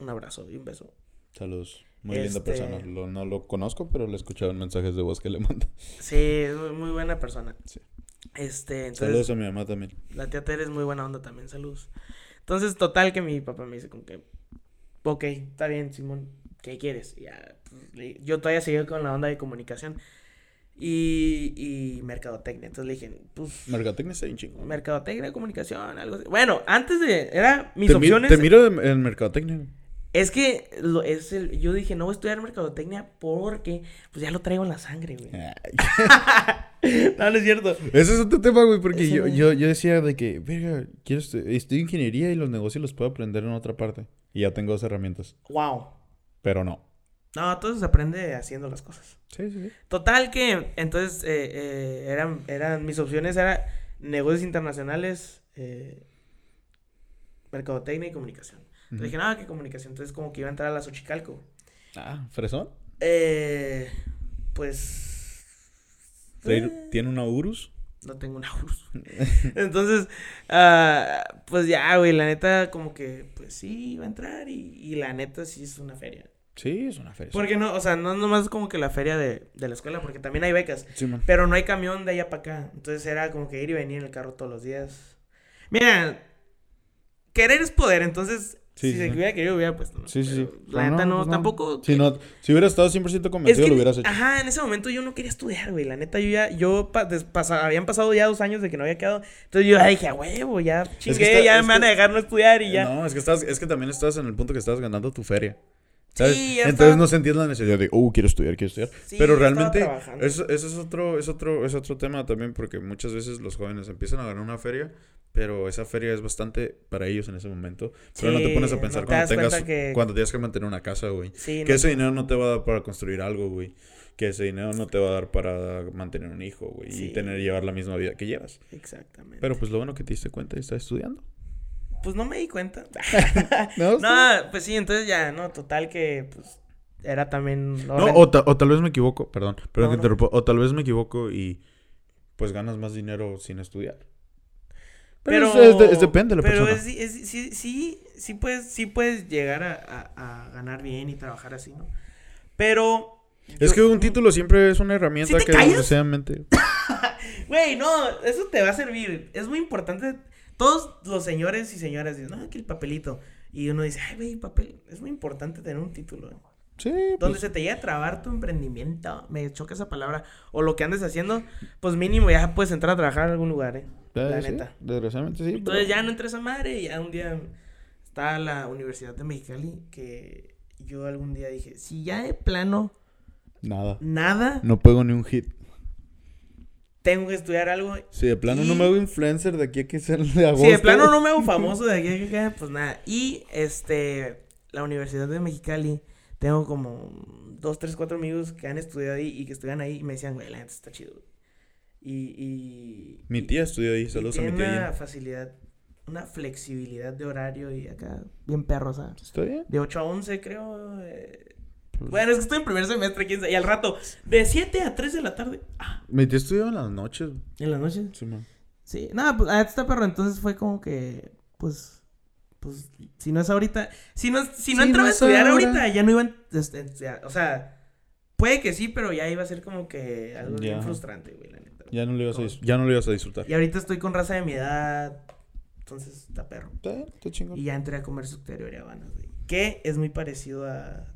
A: Un abrazo y un beso.
B: Saludos. Muy linda
A: Este-
B: persona. Lo- no lo conozco, pero le he escuchado en mensajes de voz que le manda.
A: Sí, es muy- muy buena persona.
B: Sí.
A: Este, entonces,
B: Saludos a mi mamá también.
A: la tía Tere es muy buena onda también. Saludos. Entonces, total que mi papá me dice como que, ok, está bien, Simón, ¿qué quieres? Y ya, pues, le- yo todavía seguía con la onda de comunicación y, y mercadotecnia. Entonces le dije, pues,
B: Mercadotecnia está bien chingón.
A: mercadotecnia, comunicación, algo así. Bueno, antes de, era mis
B: Te, mi-
A: opciones.
B: te miro en, en mercadotecnia.
A: Es que lo, es el, yo dije, no voy a estudiar mercadotecnia porque pues ya lo traigo en la sangre, güey.
B: Ay,
A: no, no es cierto.
B: Ese es otro tema, güey, porque
A: Ese
B: yo,
A: no.
B: yo, yo decía de que, verga, quiero estu- estudio ingeniería y los negocios los puedo aprender en otra parte. Y ya tengo dos herramientas,
A: Wow.
B: pero no.
A: No, todo se aprende haciendo las cosas.
B: Sí, sí, sí.
A: Total que, entonces, eh, eh, eran, eran mis opciones, era negocios internacionales, eh, mercadotecnia y comunicación. Entonces dije, no, que comunicación. Entonces como que iba a entrar a la Xochicalco.
B: Ah, ¿fresón?
A: Eh, pues... eh.
B: ¿Tiene una URUS?
A: No tengo una URSS. Entonces, ah, pues ya, güey, la neta, como que, pues sí, va a entrar y, y la neta sí es una feria.
B: Sí, es una fresón.
A: Porque no, o sea, no es nomás como que la feria de, de la escuela, porque también hay becas,
B: Sí, man.
A: pero no hay camión de allá para acá. Entonces era como que ir y venir en el carro todos los días. Mira, querer es poder, entonces,
B: Sí,
A: si
B: sí,
A: se
B: sí.
A: hubiera querido, hubiera puesto. ¿no?
B: Sí, sí, sí.
A: Pero La neta, no,
B: pues
A: tampoco.
B: Si, no, si hubieras estado 100%
A: Es
B: convencido,
A: que, Ah,
B: lo hubieras hecho.
A: ajá, en ese momento yo no quería estudiar, güey. La neta, yo ya, yo, pa- des- pasa- habían pasado ya dos años de que no había quedado. Entonces yo ya dije, a huevo, ya chingué,
B: está-
A: ya
B: es
A: me van
B: que-
A: a dejar no estudiar y ya.
B: No, es que, estás, es que también estás en el punto que estás ganando tu feria. ¿Sabes?
A: Sí, ya
B: Entonces
A: está.
B: no se entiende la necesidad de, oh, quiero estudiar, quiero estudiar.
A: Sí,
B: Pero
A: ya estaba
B: realmente,
A: trabajando.
B: eso, eso es, otro, es, otro, es otro tema también, porque muchas veces los jóvenes empiezan a ganar una feria, pero esa feria es bastante para ellos en ese momento. Pero no
A: Sí,
B: te pones
A: no
B: a pensar
A: te
B: cuando,
A: das cuenta
B: tengas,
A: que-
B: cuando tienes que mantener una casa, güey.
A: Sí,
B: Que
A: no.
B: ese dinero no te va a dar para construir algo, güey. Que ese dinero no te va a dar para mantener un hijo, güey.
A: Sí.
B: Y tener, llevar la misma vida que llevas.
A: Exactamente.
B: Pero pues lo bueno que te diste cuenta y estás estudiando.
A: Pues no me di cuenta.
B: No,
A: no, pues sí, entonces ya, no, total que, pues, era también.
B: No,
A: orden-
B: o, ta- o tal vez me equivoco, perdón, perdón
A: No, no.
B: que interrumpo, o tal vez me equivoco y pues ganas más dinero sin estudiar. Pero, es- es, de- es depende de la
A: pero
B: persona.
A: es- es- sí, sí, sí puedes, sí puedes llegar a, a- a ganar bien y trabajar así, ¿no? Pero.
B: Es
A: yo-
B: que un título siempre es una herramienta
A: te
B: que
A: callas?
B: desgraciadamente...
A: Güey, no, eso te va a servir. Es muy importante. Todos los señores y señoras dicen, no, que el papelito. Y uno dice, ay, güey, papel. Es muy importante tener un título. ¿eh?
B: Sí,
A: Donde
B: pues,
A: se te llegue a trabar tu emprendimiento. Me choca esa palabra. O lo que andes haciendo, pues mínimo ya puedes entrar a trabajar en algún lugar, ¿eh?
B: eh,
A: La
B: sí,
A: neta.
B: desgraciadamente sí.
A: Entonces
B: pero-
A: ya no entré a esa madre. y Ya un día está la Universidad de Mexicali. Que yo algún día dije, si ya de plano
B: Nada.
A: nada,
B: No pego ni un hit.
A: tengo que estudiar algo
B: Si de plano no
A: Y-
B: me hago influencer de aquí a que sea de agosto.
A: Si de plano no me hago famoso de aquí a que acá, pues nada. Y este, la Universidad de Mexicali, tengo como dos, tres, cuatro amigos que han estudiado ahí y que estudian ahí y me decían, güey, la neta está chido. güey". Y, y.
B: Mi
A: y-
B: tía estudió ahí,
A: y
B: saludos a mi
A: tiene
B: tía.
A: Una
B: Jen.
A: facilidad, una flexibilidad de horario y acá, bien perrosa.
B: ¿Está bien? pues.
A: De 8 a 11, creo. eh, Bueno, es que estoy en primer semestre, quién sabe. Y al rato, de 7 a 3 de la tarde. Ah,
B: Me metí a estudiar en las noches.
A: en la noche.
B: Sí, man.
A: Sí, nada, pues ahorita está perro, entonces fue como que, pues, pues, si no es ahorita, si no, si no
B: Si
A: entraba
B: no
A: a
B: es
A: estudiar
B: ahora.
A: ahorita, ya no iban, este, ya, o sea, puede que sí, pero ya iba a ser como que algo bien
B: Ya.
A: frustrante, güey, la neta.
B: Ya no lo ibas a, dis- ya no lo ibas a disfrutar.
A: Y ahorita estoy con raza de mi edad, entonces está perro.
B: Está está chingón.
A: Y ya entré a comercio exterior y habanas, güey, que es muy parecido a,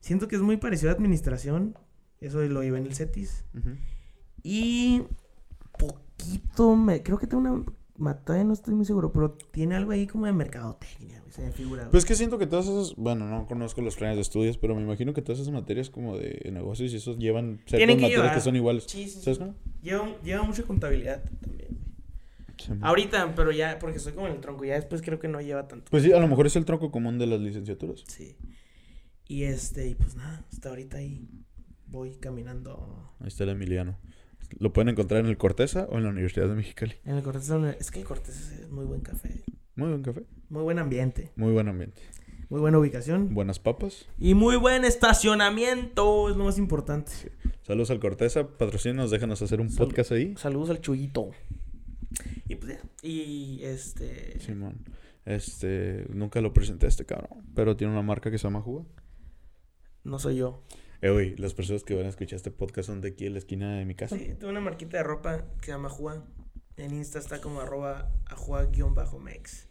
A: siento que es muy parecido a administración, eso lo iba en el CETIS.
B: Ujú.
A: Y poquito, me, creo que tengo una matalla, no estoy muy seguro, pero tiene algo ahí como de mercadotecnia, güey, se me figura. güey.
B: Pues es que siento que todas esas, bueno, no conozco los planes de estudios, pero me imagino que todas esas materias como de negocios y eso llevan ciertas
A: Tienen que
B: materias
A: llevar.
B: que son iguales.
A: Sí, sí, sí.
B: ¿Sabes cómo?
A: lleva, lleva mucha contabilidad también. güey.
B: Sí, man.
A: Ahorita, pero ya, porque soy como en el tronco, ya después creo que no lleva tanto.
B: Pues sí, a lo mejor es el tronco común de las licenciaturas.
A: Sí. Y este, y pues nada, hasta ahorita ahí voy caminando.
B: Ahí está el Emiliano. Lo pueden encontrar en el Corteza o en la Universidad de Mexicali.
A: En el Cortés, Avenida- es que el Cortés es muy buen café,
B: Muy buen café,
A: muy buen ambiente,
B: muy buen ambiente.
A: muy buena ubicación
B: Buenas papas.
A: y muy buen estacionamiento, es lo más importante.
B: Saludos al Corteza, patrocínanos, déjanos hacer un
A: Salud.
B: podcast ahí.
A: Saludos al Chuyito. Y pues ya. Y este.
B: Simón, este, nunca lo presenté a este cabrón, pero tiene una marca que se llama Juga.
A: No soy yo.
B: Eh, güey, las personas que van a escuchar este podcast son de aquí en la esquina de mi casa.
A: Sí, tengo una marquita de ropa que se llama Juan. En Insta está como arroba ajua-mex.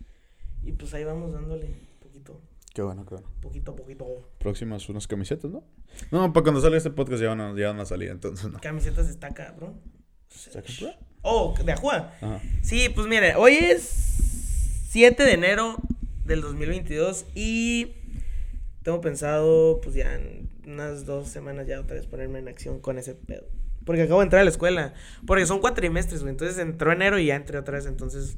A: Y pues ahí vamos dándole poquito,
B: Qué bueno, qué bueno.
A: poquito a poquito.
B: Próximas unas camisetas, ¿no? No, para cuando salga este podcast ya van a, ya van a salir, entonces
A: Ah.
B: no.
A: Camisetas de estaca, bro.
B: ¿Se compró?
A: Oh, de ajua.
B: Ajá.
A: Sí, pues mire, hoy es 7 de enero del 2022 y tengo pensado, pues ya en unas dos semanas ya otra vez ponerme en acción con ese pedo. Porque acabo de entrar a la escuela, porque son cuatrimestres, güey. Entonces entró enero y ya entré otra vez, entonces,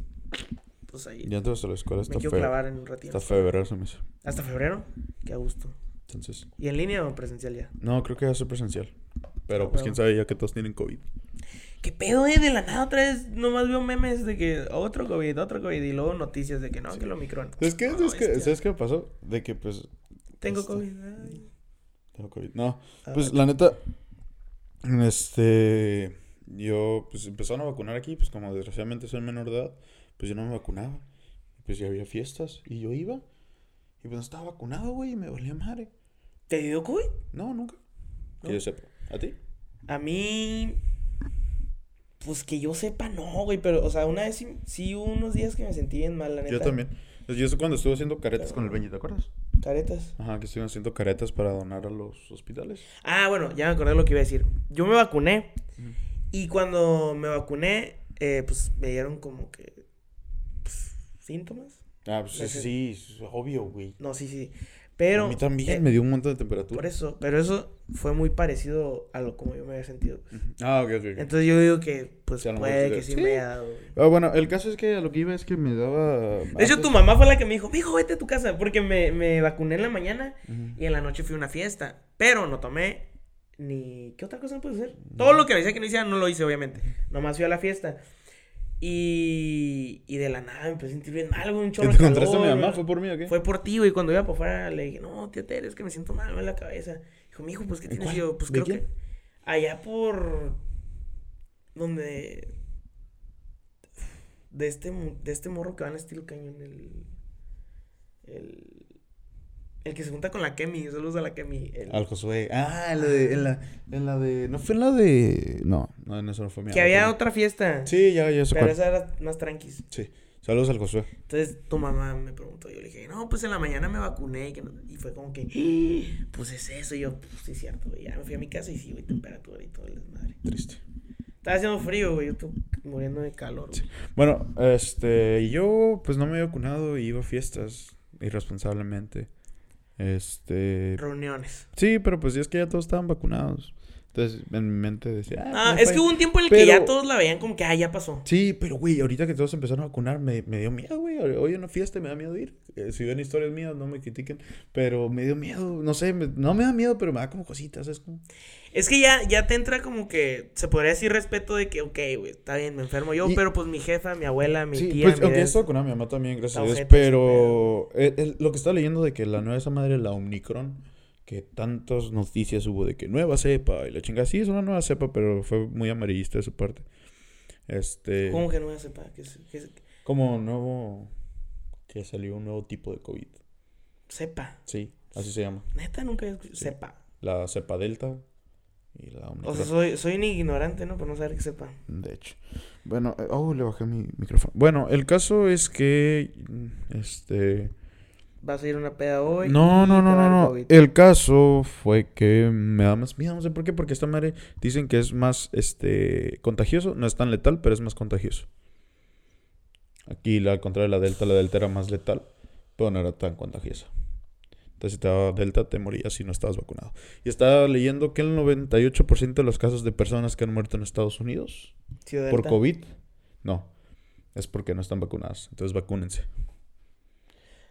A: pues ahí.
B: Ya entras a la escuela,
A: me
B: está
A: quiero
B: feo.
A: clavar en un ratito.
B: Está febrero, se me hizo.
A: Hasta febrero, qué a gusto.
B: Entonces,
A: ¿Y en línea o presencial ya?
B: no, creo que va a ser presencial. Pero
A: Ah,
B: pues
A: bueno.
B: quién sabe, ya que todos tienen COVID.
A: ¿Qué pedo, eh? De la nada otra vez nomás veo memes de que otro COVID, otro COVID y luego noticias de que no, que lo micron.
B: ¿Sabes qué?
A: No,
B: ¿Sabes qué?
A: bestia.
B: ¿Sabes qué me pasó? De que pues.
A: Tengo
B: este,
A: COVID. ay.
B: Tengo COVID. No,
A: Ah,
B: pues la neta. Este. Yo, pues empezaron a vacunar aquí, pues como desgraciadamente soy menor de edad, pues yo no me vacunaba. Pues ya había fiestas y yo iba. Y pues no estaba vacunado, güey, y me valía madre.
A: ¿Te dio COVID?
B: No, nunca. Que
A: No.
B: yo sepa. ¿A ti?
A: A mí. Pues que yo sepa, no, güey. Pero, o sea, una vez sí, sí hubo unos días que me sentí bien mal, la neta.
B: Yo también. Pues, Yo eso cuando estuve haciendo caretas con el Beñi, ¿te acuerdas?
A: Caretas.
B: Ajá, que estuve haciendo caretas para donar a los hospitales.
A: Ah, bueno, ya me acordé lo que iba a decir. Yo me vacuné. Y cuando me vacuné, eh, pues me dieron como que. pues, síntomas.
B: Ah, pues
A: Ese-
B: sí, sí, obvio, güey.
A: No, sí, sí. Pero.
B: Pero, a mí también
A: eh,
B: me dio un montón de temperatura.
A: por eso, pero eso fue muy parecido a lo como yo me había sentido. pues.
B: Ah, ok, ok. ok.
A: Entonces yo digo que, pues
B: Sí, a lo mejor
A: puede
B: sí
A: que
B: te-
A: sí,
B: sí.
A: me haya dado. güey.
B: Ah, bueno, el caso es que a lo que iba es que me daba.
A: De hecho, tu mamá fue la que me dijo, hijo, vete a tu casa, porque me, me vacuné en la mañana y en la noche fui a una fiesta, pero no tomé ni... ¿Qué otra cosa no puedo hacer? Todo lo que me decía que no hiciera, no lo hice, obviamente. Nomás fui a la fiesta. Y, y de la nada me empecé a sentir bien mal, güey, un
B: ¿Te
A: chorro de
B: encontraste a mi
A: calor,
B: mamá?
A: güey.
B: ¿Fue por mí o qué?
A: Fue por ti, güey. Cuando iba por fuera le dije, no, tío Tere, es que me siento mal güey, en la cabeza. Dijo, mijo, pues ¿qué
B: ¿En
A: tienes?
B: cuál?
A: Y yo, pues
B: ¿De
A: creo que.
B: quién?
A: Allá por. Donde. De este, mu- de este morro que va en estilo cañón, el. El. El que se junta con la Kemi, saludos a la Kemi. el-
B: Al Josué. Ah, en la de. En la, en la de. No fue en la de. No, no, en eso no fue mi
A: que
B: mamá,
A: había
B: fue-
A: otra fiesta.
B: Sí, ya, ya, eso
A: Pero
B: cuál.
A: esa era más tranquis.
B: Sí. Saludos al Josué.
A: Entonces tu mamá me preguntó, yo le dije, no, pues en la mañana me vacuné y, que no- y fue como que, pues es eso, y yo, pues sí es cierto, güey, ya me fui a mi casa y sí, güey, temperatura y todo el desmadre.
B: Triste.
A: Estaba haciendo frío, güey, yo estoy muriendo de calor. güey.
B: Bueno, este. Yo, pues no me había vacunado y iba a fiestas irresponsablemente. Este.
A: Reuniones.
B: Sí, pero pues sí es que ya todos estaban vacunados. Entonces, en mi mente decía.
A: Ah, es
B: pues, no
A: que
B: fue-
A: hubo un tiempo en el que
B: Pero-
A: ya todos la veían como que, ah, ya pasó.
B: Sí, pero güey, ahorita que todos empezaron a vacunar, me, me dio miedo, güey. Hoy en una fiesta me da miedo ir. Eh, si ven historias mías, no me critiquen. Pero me dio miedo, no sé, me- no me da miedo, pero me da como cositas, es como.
A: Es que ya, ya te entra como que, se podría decir respeto de que, ok, güey, está bien, me enfermo yo,
B: Y-
A: pero pues mi jefa, mi abuela, mi
B: sí,
A: tía,
B: pues
A: mi
B: aunque
A: des-
B: estoy vacunada, mi mamá también,
A: Está
B: gracias a Dios. eh,
A: ojete ese
B: Pero eh, el- lo que estaba leyendo de que la nueva esa madre, la Omicron, que tantas noticias hubo de que nueva cepa y la chingada. Sí, es una nueva cepa, pero fue muy amarillista de su parte. Este.
A: ¿Cómo que no me sepa? ¿Qué, es- qué es-
B: Como nuevo. Que salió un nuevo tipo de COVID.
A: sepa.
B: Sí, así se llama.
A: Neta, nunca he escuchado. Sepa.
B: La cepa delta y la
A: O
B: omicron.
A: sea, soy, soy un ignorante, ¿no? Por no saber que sepa.
B: De hecho. Bueno, eh, oh, le bajé mi micrófono. Bueno, el caso es que. mm, Este.
A: Vas a ir a una peda hoy.
B: No,
A: y
B: no,
A: te va
B: no,
A: a dar
B: no, Eh, no.
A: COVID.
B: El caso fue que me da más miedo, no sé por qué, porque esta madre dicen que es más este contagioso, no es tan letal, pero es más contagioso. Aquí la al contrario de la delta, la delta era más letal, pero no era tan contagiosa. Entonces, si te daba delta, te morías si no estabas vacunado. Y estaba leyendo que el 98% de los casos de personas que han muerto en Estados Unidos
A: Ciudad
B: por
A: Delta.
B: COVID, no, es porque no están vacunadas. Entonces, vacúnense.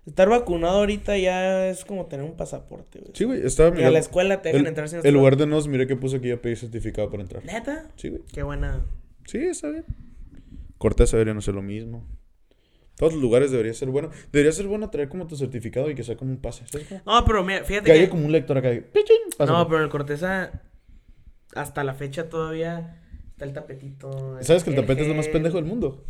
A: Estar vacunado ahorita ya es como tener un pasaporte, güey.
B: Sí, güey, estaba
A: Y a
B: mirando.
A: la escuela te dejan
B: El,
A: entrar sin
B: el lugar de nos, miré que puso que ya pedí certificado para entrar.
A: ¿Neta?
B: Sí, güey.
A: Qué buena.
B: Sí, está bien. Cortés debería no ser lo mismo. Todos los lugares debería ser bueno. Debería ser bueno traer como tu certificado y que sea como un pase. ¿sabes cómo?
A: No, pero mira, fíjate
B: Que haya
A: que-
B: como un lector acá. de pichín, pasa.
A: No, pero el Corteza, hasta la fecha todavía está el tapetito.
B: ¿Sabes que el tapete es lo más
A: gel.
B: pendejo del mundo?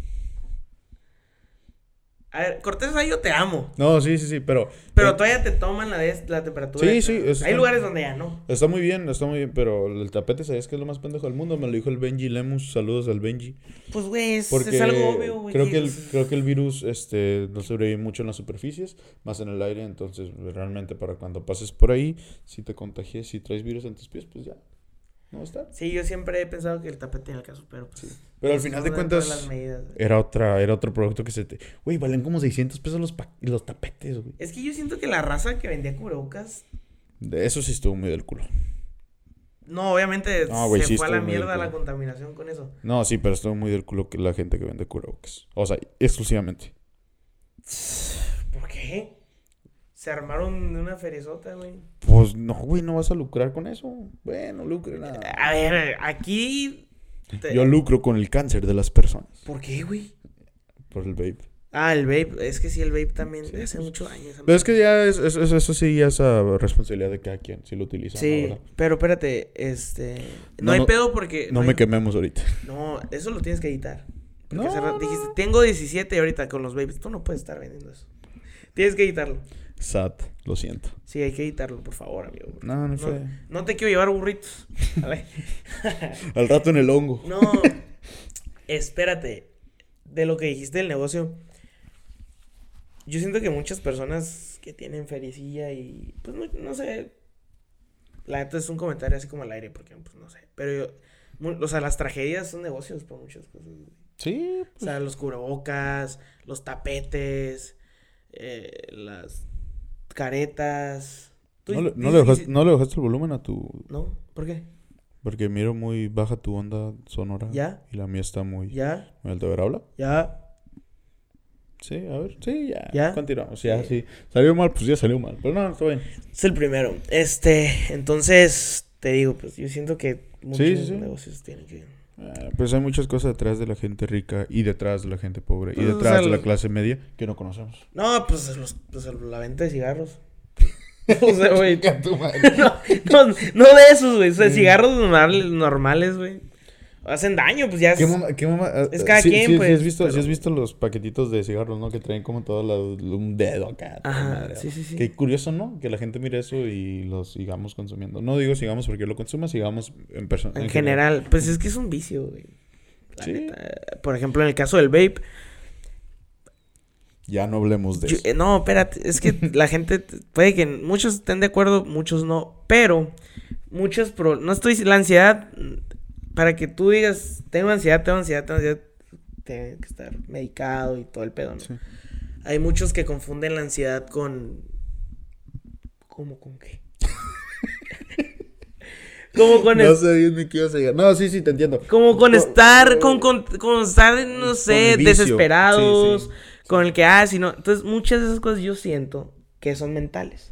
A: A ver, Corteza, yo te amo.
B: No, sí, sí, sí, pero.
A: Pero
B: eh,
A: todavía te toman la, des- la temperatura.
B: Sí,
A: y
B: sí,
A: todo.
B: eso
A: Hay
B: está-
A: lugares donde ya no.
B: Está muy bien, está muy bien, pero el tapete, ¿sabes que es lo más pendejo del mundo? Me lo dijo el Benji Lemus. Saludos al Benji.
A: Pues, güey, es,
B: Porque
A: es algo obvio, güey.
B: creo que, el, creo que el virus este, no sobrevive mucho en las superficies, más en el aire, entonces pues, realmente para cuando pases por ahí, si te contagias, si traes virus en tus pies, pues ya, no va a estar.
A: Sí, yo siempre he pensado que el tapete era el caso, pero pues.
B: Pero al final de
A: no dan todas
B: cuentas,
A: las medidas, güey.
B: era, otra, era otro producto que se te... Güey, valen como 600 pesos los, pa- los tapetes, güey.
A: Es que yo siento que la raza que vendía cubrebocas.
B: De eso sí estuvo muy del culo.
A: No, obviamente
B: No, güey,
A: se
B: sí
A: fue a la
B: estuvo muy
A: mierda la
B: loco.
A: contaminación con eso.
B: No, sí, pero estuvo muy del culo que la gente que vende cubrebocas. O sea, exclusivamente.
A: ¿Por qué? Se armaron de una ferezota, güey.
B: Pues no, güey, no vas a lucrar con eso. Bueno, lucre nada.
A: A ver, aquí. te-
B: Yo lucro con el cáncer de las personas.
A: ¿Por qué, güey?
B: Por el vape.
A: Ah, el vape. Es que sí, el vape también
B: Sí,
A: hace
B: pues,
A: mucho daño. esa
B: Pero es
A: madre.
B: que ya es, es- es- eso sí ya es a responsabilidad de cada quien, si lo utilizan.
A: Sí,
B: ¿no, verdad?
A: pero espérate, este... No,
B: No,
A: hay
B: no-
A: pedo porque...
B: No
A: hay-
B: me quememos ahorita.
A: No, eso lo tienes que editar. Porque
B: No,
A: hace rato
B: no.
A: dijiste, tengo 17 ahorita con los vapes. Tú no puedes estar vendiendo eso. Tienes que editarlo.
B: Sat, lo siento.
A: Sí, hay que editarlo, por favor, amigo. porque
B: No, no fue.
A: no te quiero llevar burritos. A ver.
B: Al rato en el hongo.
A: No, espérate. De lo que dijiste del negocio, yo siento que muchas personas que tienen fericilla y, pues, no, no sé. La neta es un comentario así como al aire, porque, pues, no sé. Pero yo, mu- o sea, las tragedias son negocios para muchas cosas. güey.
B: Sí.
A: O sea, los cubrebocas, los tapetes, eh, las caretas. Tú
B: No, le-
A: dices-
B: no le
A: dices-
B: bajaste, no le bajaste el volumen a tu...
A: ¿No? ¿Por qué?
B: Porque miro muy baja tu onda sonora.
A: ¿Ya?
B: Y la mía está muy...
A: ¿Ya?
B: muy alta. A ver, habla.
A: ¿Ya?
B: Sí, a ver. Sí, ya.
A: ¿Ya?
B: Continuamos. Ya,
A: Sí.
B: sí. Salió mal, pues ya salió mal. Pero no, está bien.
A: Es el primero. Este, entonces, te digo, pues yo siento que muchos
B: Sí, sí, sí.
A: negocios tienen que.
B: Ah, Pues hay muchas cosas detrás de la gente rica y detrás de la gente pobre y
A: Pues, o
B: detrás
A: sea,
B: de la
A: los-
B: clase media que no conocemos.
A: No, pues, los- pues, el- la venta de cigarros. o sea, güey.
B: Chinga tu madre.
A: No, no, no de esos, güey. O sea,
B: Mm.
A: cigarros normal- normales, güey. Hacen daño, pues ya. es-
B: ¿Qué mama- qué mama- ah,
A: Es
B: ah,
A: cada
B: sí-
A: quien,
B: sí- sí
A: pues,
B: has visto, sí
A: pero-
B: has visto los paquetitos de cigarros, ¿no? Que traen como todo la- un dedo acá. toda
A: Ajá,
B: madre, ¿no?
A: sí, sí, sí.
B: Qué curioso, ¿no? Que la gente mire eso y lo sigamos consumiendo. No digo sigamos porque yo lo consuma, sigamos en persona.
A: En, general, pues es que es un vicio, güey. La
B: Sí.
A: neta. eh, Por ejemplo, en el caso del vape,
B: Ya no hablemos de
A: Yo-
B: eso.
A: eh, no, espérate, es que la gente t- puede que muchos estén de acuerdo, muchos no, pero muchos pro- no estoy la ansiedad mm, para que tú digas, tengo ansiedad, tengo ansiedad, tengo ansiedad, tiene que estar medicado y todo el pedo, ¿no?
B: Sí.
A: Hay muchos que confunden la ansiedad con ¿cómo con qué? como con
B: No
A: es-
B: sé bien ni qué ibas a llegar. No, sí, sí, te entiendo.
A: como con
B: No,
A: estar,
B: no,
A: con, con, con estar, no sé,
B: vicio.
A: desesperados,
B: Sí,
A: con el que, ah, si no. Entonces, muchas de esas cosas yo siento que son mentales.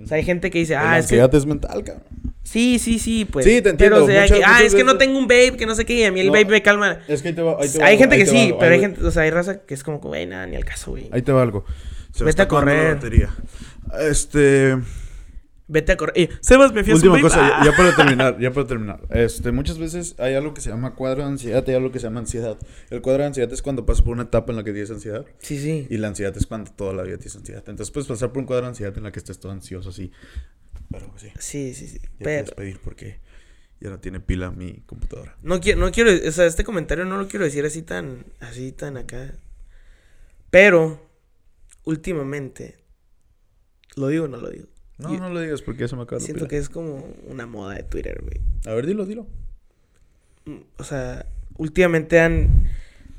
A: O sea, hay gente que dice,
B: Mm. La
A: ah, es que.
B: ansiedad es mental, cabrón.
A: Sí, sí, sí, pues.
B: Sí, te
A: Pero, o
B: entiendo,
A: sea,
B: muchas-
A: que, ah,
B: muchas
A: es que no
B: veces-
A: tengo un vape, que no sé qué, y a mí el
B: No,
A: vape me calma.
B: Es que ahí te va, ahí te va
A: hay
B: algo,
A: gente
B: ahí
A: que
B: te
A: sí,
B: va algo,
A: pero
B: ahí
A: hay
B: voy.
A: gente, o sea, hay raza que es como, que, güey, nada, ni al caso, güey.
B: Ahí te va algo. Se me
A: Vete
B: está
A: a
B: acabando la
A: correr.
B: batería. Este.
A: Vete a correr. Eh, Sebas, me fui a
B: Última
A: subir.
B: cosa,
A: Ah.
B: ya, ya para terminar, ya para terminar. Este, muchas veces hay algo que se llama cuadro de ansiedad y hay algo que se llama ansiedad. El cuadro de ansiedad es cuando pasas por una etapa en la que tienes ansiedad
A: Sí, sí.
B: y la ansiedad es cuando toda la vida tienes ansiedad. Entonces puedes pasar por un cuadro de ansiedad en la que estés todo ansioso así. Pero pues, sí, ya
A: Sí, sí, sí.
B: puedes
A: Pero
B: pedir porque ya no tiene pila mi computadora.
A: no quiero, no quiero, o sea, este comentario no lo quiero decir así tan, así tan acá. Pero, últimamente, ¿lo digo o no lo digo?
B: No,
A: Yo-
B: no lo digas porque eso me acaba la
A: Siento
B: pila.
A: que es como una moda de Twitter, güey.
B: A ver, dilo, dilo.
A: Mm, O sea, últimamente han...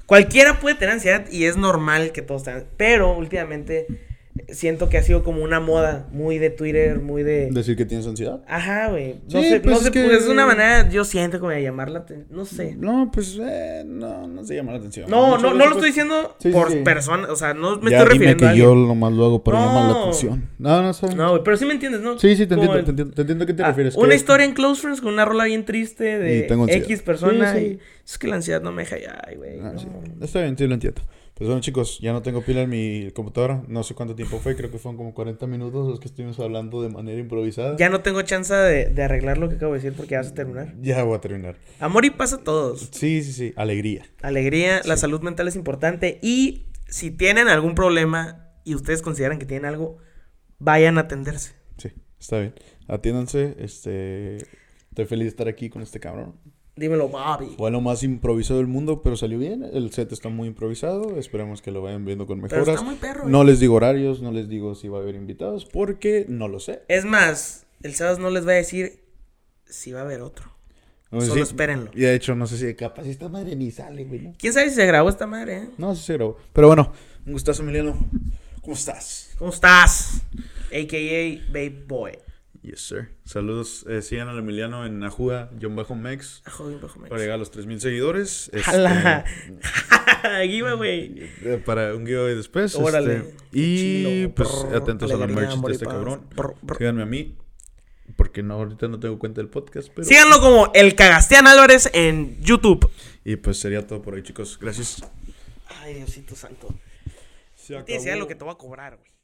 A: Cualquiera puede tener ansiedad y es normal que todos tengan... Pero últimamente siento que ha sido como una moda muy de Twitter, muy de...
B: Decir que tienes ansiedad.
A: Ajá, güey. No
B: Sí,
A: sé,
B: pues
A: no
B: es
A: sé,
B: que-
A: pues, es una manera, yo siento como de llamarla, no sé.
B: No, pues eh, no, no se llama la atención.
A: No,
B: Muchas
A: no, no
B: veces,
A: lo estoy
B: pues,
A: diciendo
B: Sí, sí,
A: por
B: sí.
A: persona, o sea, no me
B: ya
A: estoy
B: dime
A: refiriendo a
B: que yo
A: alguien.
B: nomás lo hago para llamar la
A: No.
B: atención. No, no, saben.
A: No, güey, pero sí me entiendes, ¿no?
B: Sí, sí, te
A: Como
B: entiendo,
A: el-
B: te entiendo, te entiendo a qué te
A: Ah,
B: refieres.
A: Una
B: que-
A: historia en Close Friends con una rola bien triste de
B: Y tengo ansiedad.
A: X persona
B: Sí, sí.
A: y es que la ansiedad no me deja ya, ay, güey.
B: Ah,
A: no.
B: sí. Está bien, sí, lo entiendo. Pues bueno, chicos, ya no tengo pila en mi computadora. No sé cuánto tiempo fue, creo que fueron como 40 minutos los que estuvimos hablando de manera improvisada.
A: Ya no tengo chance de, de arreglar lo que acabo de decir porque ya vas a terminar.
B: Ya voy a terminar.
A: Amor y paz a todos.
B: Sí, sí, sí, alegría.
A: Alegría, la
B: Sí.
A: salud mental es importante. Y si tienen algún problema y ustedes consideran que tienen algo, vayan a atenderse.
B: Sí, está bien. Atiéndanse, este. Estoy feliz de estar aquí con este cabrón.
A: Dímelo, Bobby.
B: Fue lo más improvisado del mundo, pero salió bien. El set está muy improvisado. Esperemos que lo vayan viendo con
A: Pero
B: mejoras.
A: está muy perro. ¿eh? güey.
B: No les digo horarios, no les digo si va a haber invitados, porque no lo sé.
A: Es más, el sábado no les va a decir si va a haber otro.
B: No sé
A: Solo
B: si-
A: espérenlo.
B: Y de hecho, no sé si capaz esta madre ni sale, güey. ¿no?
A: ¿Quién sabe si se grabó esta madre, eh?
B: No, sí se grabó. Pero bueno, un gustazo, Emiliano. ¿Cómo estás?
A: ¿Cómo estás? AKA Babe Boy.
B: Yes, sir. Saludos. eh, sigan al Emiliano en Ajuda, John Bajo Mex.
A: Ah, Joder, bajo menos.
B: Para llegar a los 3000 seguidores. Este,
A: Jala. Giveaway.
B: eh, para un giveaway después. este,
A: Órale.
B: y
A: Chilo,
B: pues
A: brr,
B: atentos a la
A: alegría,
B: merch
A: amor
B: de
A: y
B: este
A: paz,
B: cabrón.
A: brr, brr.
B: Síganme a mí. Porque no, ahorita no tengo cuenta del podcast. Pero...
A: Síganlo como el Cagastián Álvarez en YouTube.
B: Y pues sería todo por hoy, chicos. Gracias.
A: Ay, Diosito Santo.
B: Se
A: Te decía lo que te voy a cobrar, güey.